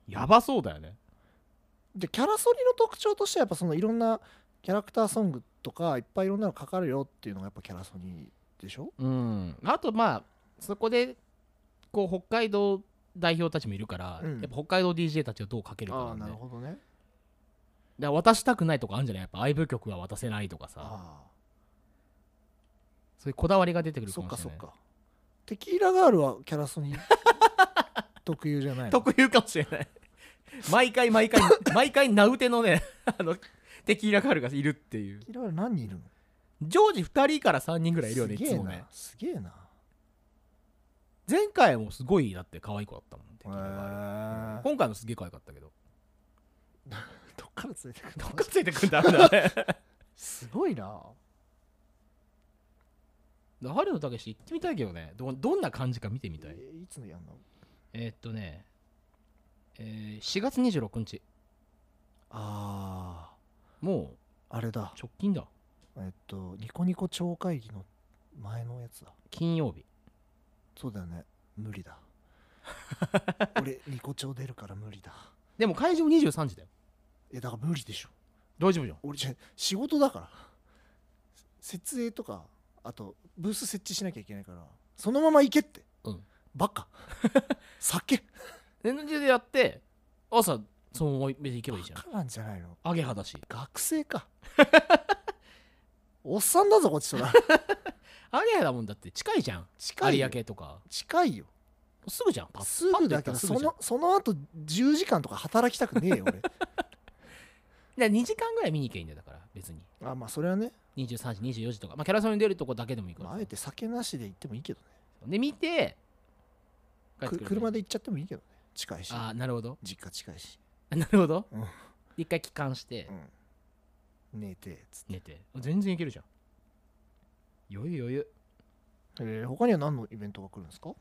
Speaker 2: やばそうだよね
Speaker 1: でキャラソニの特徴としてはやっぱそのいろんなキャラクターソングとかいっぱいいろんなのかかるよっていうのがやっぱキャラソニでしょ
Speaker 2: うんあとまあそこでこう北海道代表たちもいるから、
Speaker 1: うん
Speaker 2: やっぱ北海道 DJ たちをどうかけるか
Speaker 1: あ
Speaker 2: なん
Speaker 1: あ
Speaker 2: で
Speaker 1: な
Speaker 2: だ
Speaker 1: る
Speaker 2: か
Speaker 1: ほどね
Speaker 2: ら渡したくないとかあるんじゃないやっぱ相部曲は渡せないとかさ
Speaker 1: ああ
Speaker 2: そういうこだわりが出てくるか
Speaker 1: そっ
Speaker 2: も
Speaker 1: か
Speaker 2: し
Speaker 1: そ
Speaker 2: れ
Speaker 1: っ
Speaker 2: ない
Speaker 1: かテキーラガール はキャラソニ特有じゃないの
Speaker 2: 特有かもしれない毎回毎回 毎回名うてのね あのテキーラカールがいるっていう
Speaker 1: テキーラガール何人いるの
Speaker 2: 常時2人から3人ぐらいいるよねい
Speaker 1: すげ
Speaker 2: つ
Speaker 1: え
Speaker 2: も
Speaker 1: な
Speaker 2: ね
Speaker 1: すげえな
Speaker 2: 前回もすごいだって可愛い子だったもんテキーラカール
Speaker 1: へえ
Speaker 2: 今回もすげえ可愛かったけど
Speaker 1: どっから連れてくる
Speaker 2: ど
Speaker 1: の
Speaker 2: っかついてくんだあんだね
Speaker 1: すごいな
Speaker 2: 春のたけし行ってみたいけどねどどんな感じか見てみたい
Speaker 1: えいつのやんの
Speaker 2: えーっとね、えー4月26日
Speaker 1: あ
Speaker 2: も
Speaker 1: ああれ
Speaker 2: う
Speaker 1: だ
Speaker 2: 直近だ
Speaker 1: えっとニコニコ超会議の前のやつだ
Speaker 2: 金曜日
Speaker 1: そうだよね無 理だ俺ニコ超出るから無理だ
Speaker 2: でも会場23時だよ
Speaker 1: いやだから無理でしょ
Speaker 2: 大丈夫じゃん
Speaker 1: 俺じゃ仕事だから設営とかあとブース設置しなきゃいけないからそのまま行けって、
Speaker 2: うん
Speaker 1: バカ酒
Speaker 2: 年中でやって朝そのまま別に行けばいいじゃん
Speaker 1: バカなんじゃないの
Speaker 2: アゲハだし
Speaker 1: 学生 かおっさんだぞこっちとら
Speaker 2: アゲハだもんだって近いじゃん
Speaker 1: 近い
Speaker 2: 有
Speaker 1: よ
Speaker 2: 明とか
Speaker 1: 近いよ
Speaker 2: すぐじゃんパッ
Speaker 1: すぐ
Speaker 2: パッと行
Speaker 1: だけ
Speaker 2: ったら
Speaker 1: ど
Speaker 2: すぐ
Speaker 1: そ
Speaker 2: じゃん
Speaker 1: のその後10時間とか働きたくねえよ
Speaker 2: だ2時間ぐらい見に行けばいいんだよだから別に
Speaker 1: 俺あまあそれはね、
Speaker 2: 23時24時とか、まあ、キャラソンに出るとこだけでもいいから
Speaker 1: ま
Speaker 2: さ、
Speaker 1: あ、あえて酒なしで行ってもいいけどね
Speaker 2: で見て帰って
Speaker 1: く
Speaker 2: くる
Speaker 1: 車で行っちゃってもいいけどね近いし
Speaker 2: ああなるほど
Speaker 1: 実家近いし、
Speaker 2: なるほど、
Speaker 1: うん
Speaker 2: 一回帰還して
Speaker 1: うん、寝てつっ
Speaker 2: 寝て全然いけるじゃん余裕余裕
Speaker 1: て、えー他には何のイベントが来るんですか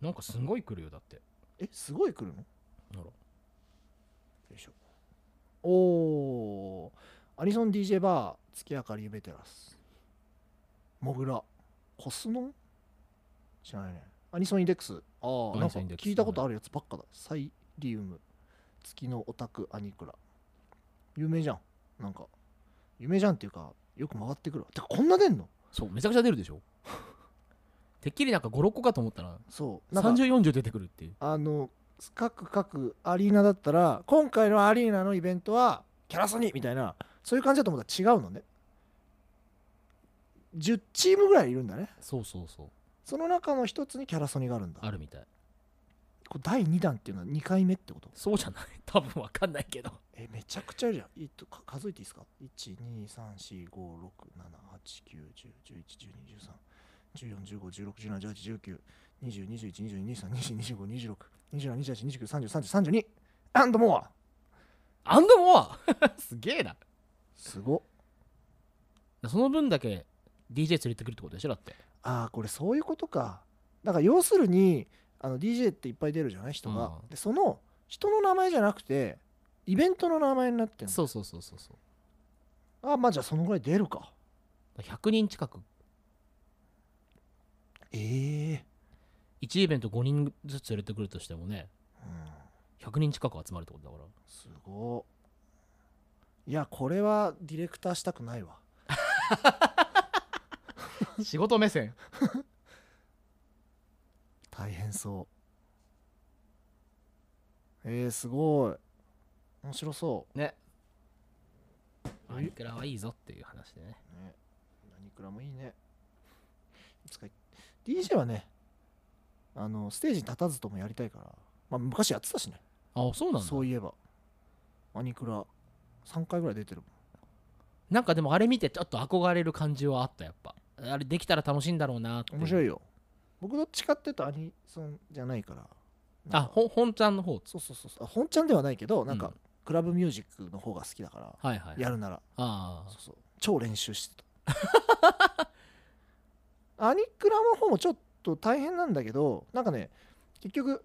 Speaker 2: なんかすごい来るよだって
Speaker 1: えすごい来るのよ
Speaker 2: ほら
Speaker 1: いしょおーアニソン DJ バー月明かり夢テラスモグラコスノン知らないねアニソンインデックスあ
Speaker 2: ア
Speaker 1: あなん
Speaker 2: ニ
Speaker 1: か
Speaker 2: ソンインデックス
Speaker 1: 聞いたことあるやつばっかだサイリウム月のオタクアニクラ有名じゃんなんか有名じゃんっていうかよく回ってくるわてかこんな出んの
Speaker 2: そうめちゃくちゃ出るでしょ てっきりなんか56個かと思ったら
Speaker 1: そうなんか
Speaker 2: 3040出てくるっていう
Speaker 1: あの各各アリーナだったら今回のアリーナのイベントはキャラソニーみたいなそういう感じだと思ったら違うのね10チームぐらいいるんだね
Speaker 2: そうそうそう
Speaker 1: その中の一つにキャラソニーがあるんだ
Speaker 2: あるみたい
Speaker 1: これ第2弾っていうのは2回目ってこと
Speaker 2: そうじゃない 多分わかんないけど
Speaker 1: えめちゃくちゃあるじゃん、えっと、か数えていいですか ?1234567891011121314151617181920212223242526272829303032 and more
Speaker 2: アンドモア すげえな
Speaker 1: すごっ
Speaker 2: その分だけ DJ 連れてくるってことでしょだって
Speaker 1: ああこれそういうことかだから要するにあの DJ っていっぱい出るじゃない人が、
Speaker 2: うん
Speaker 1: でその人の名前じゃなくてイベントの名前になってんの
Speaker 2: そうそうそうそうそう
Speaker 1: あまあじゃあそのぐらい出るか
Speaker 2: 100人近く
Speaker 1: ええ
Speaker 2: 1イベント5人ずつ連れてくるとしてもね
Speaker 1: うん、
Speaker 2: 100人近く集まるってことだから
Speaker 1: すごいいやこれはディレクターしたくないわ
Speaker 2: 仕事目線
Speaker 1: 大変そうえー、すごい面白そ
Speaker 2: ね
Speaker 1: うん
Speaker 2: アニクラはいいぞっていう話でね
Speaker 1: うね何くらもいいねいつか DJ はねあのステージに立たずともやりたいからまあ昔やってたしね
Speaker 2: あそうなんだ
Speaker 1: そういえばアニクラ3回ぐらい出てるもん
Speaker 2: なんかでもあれ見てちょっと憧れる感じはあったやっぱあれできたら楽しいんだろうなって
Speaker 1: 面白いよ僕どっちかっていうとアニソンじゃないから
Speaker 2: あほ本ちゃんの方
Speaker 1: そうそうそうそうあ本ちゃんではないけどなん
Speaker 2: う
Speaker 1: か
Speaker 2: ん
Speaker 1: クラブミュージックの方が好きだから、
Speaker 2: はいはい
Speaker 1: やるなら
Speaker 2: あ
Speaker 1: そうそう超練習してた アニクラの方もちょっと大変なんだけどなんかね結局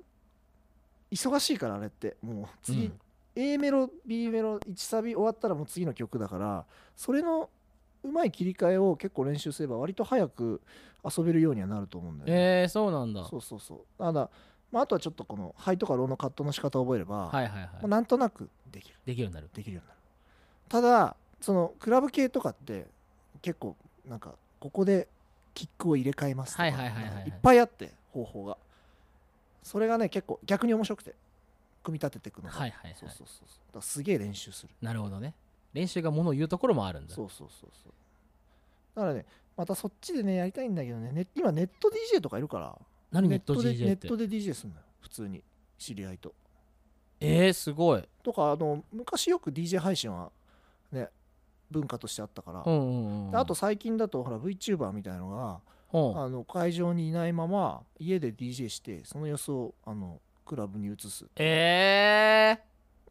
Speaker 1: 忙しいからあれってもう次、
Speaker 2: うん
Speaker 1: A メロ B メロ1サビ終わったらもう次の曲だからそれのうまい切り替えを結構練習すれば割と早く遊べるようにはなると思うんだ
Speaker 2: あ
Speaker 1: よね、
Speaker 2: えー、そうなんだ
Speaker 1: そうそうそうただ、まあ、あとはちょっとこのハイとかローのカットの仕方を覚えれば、
Speaker 2: はいはいはい
Speaker 1: もうなんとなくできる
Speaker 2: できるようになる
Speaker 1: できるようになるただそのクラブ系とかって結構なんかここでキックを入れ替えますとか
Speaker 2: はいはいはいはいはい
Speaker 1: なんかっぱいあって方法がそれがね結構逆に面白くて組み立てていくのが、
Speaker 2: はいはいはい
Speaker 1: そうそうそうそうだからすげえ練習する
Speaker 2: なるほどね練習がものを言うところもあるんだ
Speaker 1: そうそうそうそうだからねまたそっちでねやりたいんだけどねね今ネット DJ とかいるから
Speaker 2: 何ネット
Speaker 1: で
Speaker 2: DJ
Speaker 1: ネ
Speaker 2: って
Speaker 1: ットで DJ するのよ普通に知り合いと
Speaker 2: えー、すごい
Speaker 1: とかあの昔よく DJ 配信はね文化としてあったから、
Speaker 2: うんうん、うん、
Speaker 1: であと最近だとほら VTuber みたいのが、
Speaker 2: うん
Speaker 1: あの会場にいないまま家で DJ してその様子をあのクラブに移す
Speaker 2: え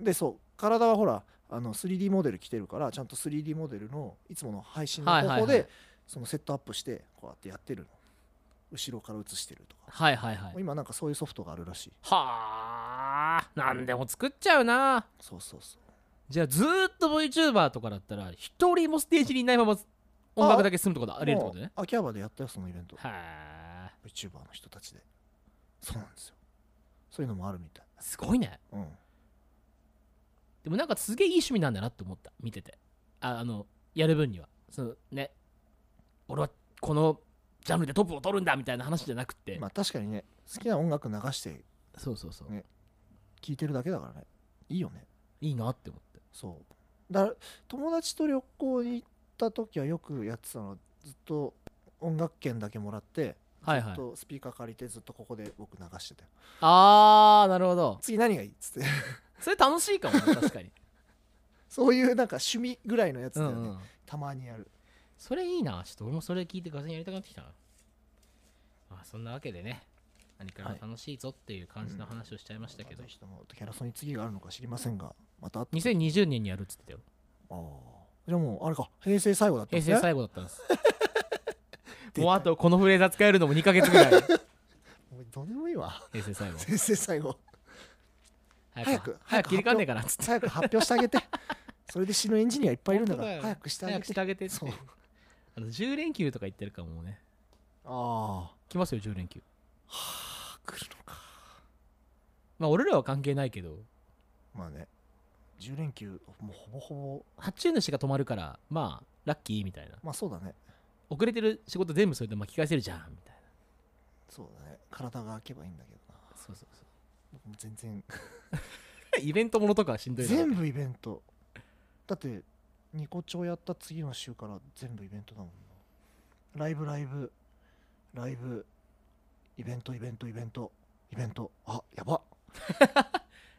Speaker 1: でそう体はほらあの 3D モデル着てるからちゃんと 3D モデルのいつもの配信の
Speaker 2: はい
Speaker 1: 方
Speaker 2: はいはい
Speaker 1: 法でそのセットアップしてこうやってやってるの後ろから映してると
Speaker 2: ー、
Speaker 1: か
Speaker 2: はいはいはい
Speaker 1: 今なんかそういうソフトがあるらしい
Speaker 2: はあ何でも作っちゃうな
Speaker 1: そうそうそう
Speaker 2: じゃあずーっと VTuber とかだったら一人もステージにいないまま音楽だけ進むとことありえるってこと
Speaker 1: もう
Speaker 2: ね
Speaker 1: 秋葉原でやったよそのイベント
Speaker 2: はあ
Speaker 1: VTuber の人たちでそうなんですよそういうのもあるみたい
Speaker 2: すごいね
Speaker 1: うん
Speaker 2: でもなんかすげえいい趣味なんだなって思った見ててああのやる分にはそのね俺はこのジャンルでトップを取るんだみたいな話じゃなくて、
Speaker 1: まあ確かにね好きな音楽流して
Speaker 2: そうそうそう、
Speaker 1: ね聴いてるだけだからねいいよね
Speaker 2: いいなって思って
Speaker 1: そうだ友達と旅行に行った時はよくやってたのずっと音楽券だけもらって
Speaker 2: はいはい
Speaker 1: ずっとスピーカー借りてずっとここで僕流してたよ
Speaker 2: あーなるほど
Speaker 1: 次何がいいっつって
Speaker 2: それ楽しいかもな確かに、
Speaker 1: そういうなんか趣味ぐらいのや
Speaker 2: う
Speaker 1: つだ
Speaker 2: ん
Speaker 1: よね、
Speaker 2: うん、
Speaker 1: たまにやる
Speaker 2: それいいなちょっと俺もそれ聞いてガセンやりたくなってきたな、まあ、そんなわけでね何からも楽しいぞっていう感じの話をしちゃいましたけど、
Speaker 1: ぜひともキャラソンに次があるのか知りませんがまたあった
Speaker 2: 2020年にやるっつってたよ
Speaker 1: あーじゃあもうあれか平成最後だったん
Speaker 2: 平成
Speaker 1: ですね
Speaker 2: 最後だったんです もうあとこのフレーザー使えるのも2ヶ月ぐらい
Speaker 1: もうどうでもいいわ
Speaker 2: 平成最後
Speaker 1: 平成最後
Speaker 2: 早
Speaker 1: 早
Speaker 2: く
Speaker 1: く
Speaker 2: 早く切り替えねえからっつって
Speaker 1: 早く発表してあげてそれで死ぬエンジニアいっぱいいるんだか
Speaker 2: 本
Speaker 1: ら
Speaker 2: 当だよ
Speaker 1: 早くしてあげ
Speaker 2: 早くしてあげてって
Speaker 1: そう
Speaker 2: あの10連休とか言ってるからもうね
Speaker 1: ああ
Speaker 2: 来ますよ10連休
Speaker 1: はあ来るのか
Speaker 2: まあ俺らは関係ないけど
Speaker 1: まあね10連休もうほぼほぼ
Speaker 2: 発注主が泊まるからまあラッキーみたいな
Speaker 1: まあそうだね
Speaker 2: 遅れてる仕事全部それで巻き返せるじゃんみたいな
Speaker 1: そうだね体が空けばいいんだけどな
Speaker 2: そうそうそう
Speaker 1: 僕も全然
Speaker 2: イベントものとかはしんどいな
Speaker 1: 全部イベントだってニコ町やった次の週から全部イベントだもんなライブライブライブイベントイベントイベントイベントあやば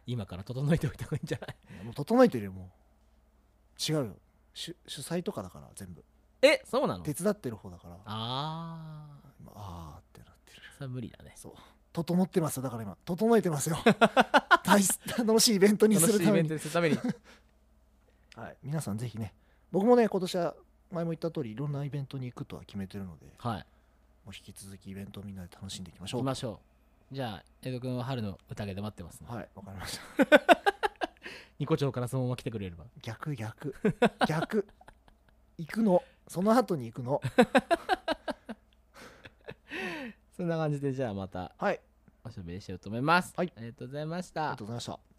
Speaker 2: 今から整えておいた方がいいんじゃない
Speaker 1: いやもう整えてるよもう違うよ主主催とかだから全部
Speaker 2: えそうなの
Speaker 1: 手伝ってる方だから
Speaker 2: ああ
Speaker 1: 今あーってなってる
Speaker 2: それは無理だね
Speaker 1: そう整ってますよだから今整え てますよ大す楽しいイベントにす
Speaker 2: 楽
Speaker 1: る
Speaker 2: しいイ
Speaker 1: た
Speaker 2: ベ
Speaker 1: め
Speaker 2: ン
Speaker 1: に
Speaker 2: トにするために
Speaker 1: はい、皆さんぜひね僕もね今年は前も言った通りいろんなイベントに行くとは決めてるので
Speaker 2: はい
Speaker 1: もう引き続きイベントをみんなで楽しんでいきましょ
Speaker 2: 行き
Speaker 1: う
Speaker 2: ましょうじゃあ江戸君は春の宴で待ってますね
Speaker 1: はいわかりました
Speaker 2: ニコ町からそのまま来てくれれば
Speaker 1: 逆逆逆行くのその後に行くの
Speaker 2: そんな感じでじゃあまた
Speaker 1: はい
Speaker 2: おしゃべりしようと思います。
Speaker 1: はい
Speaker 2: ありがとうございまし
Speaker 1: あり
Speaker 2: た
Speaker 1: がと。うございました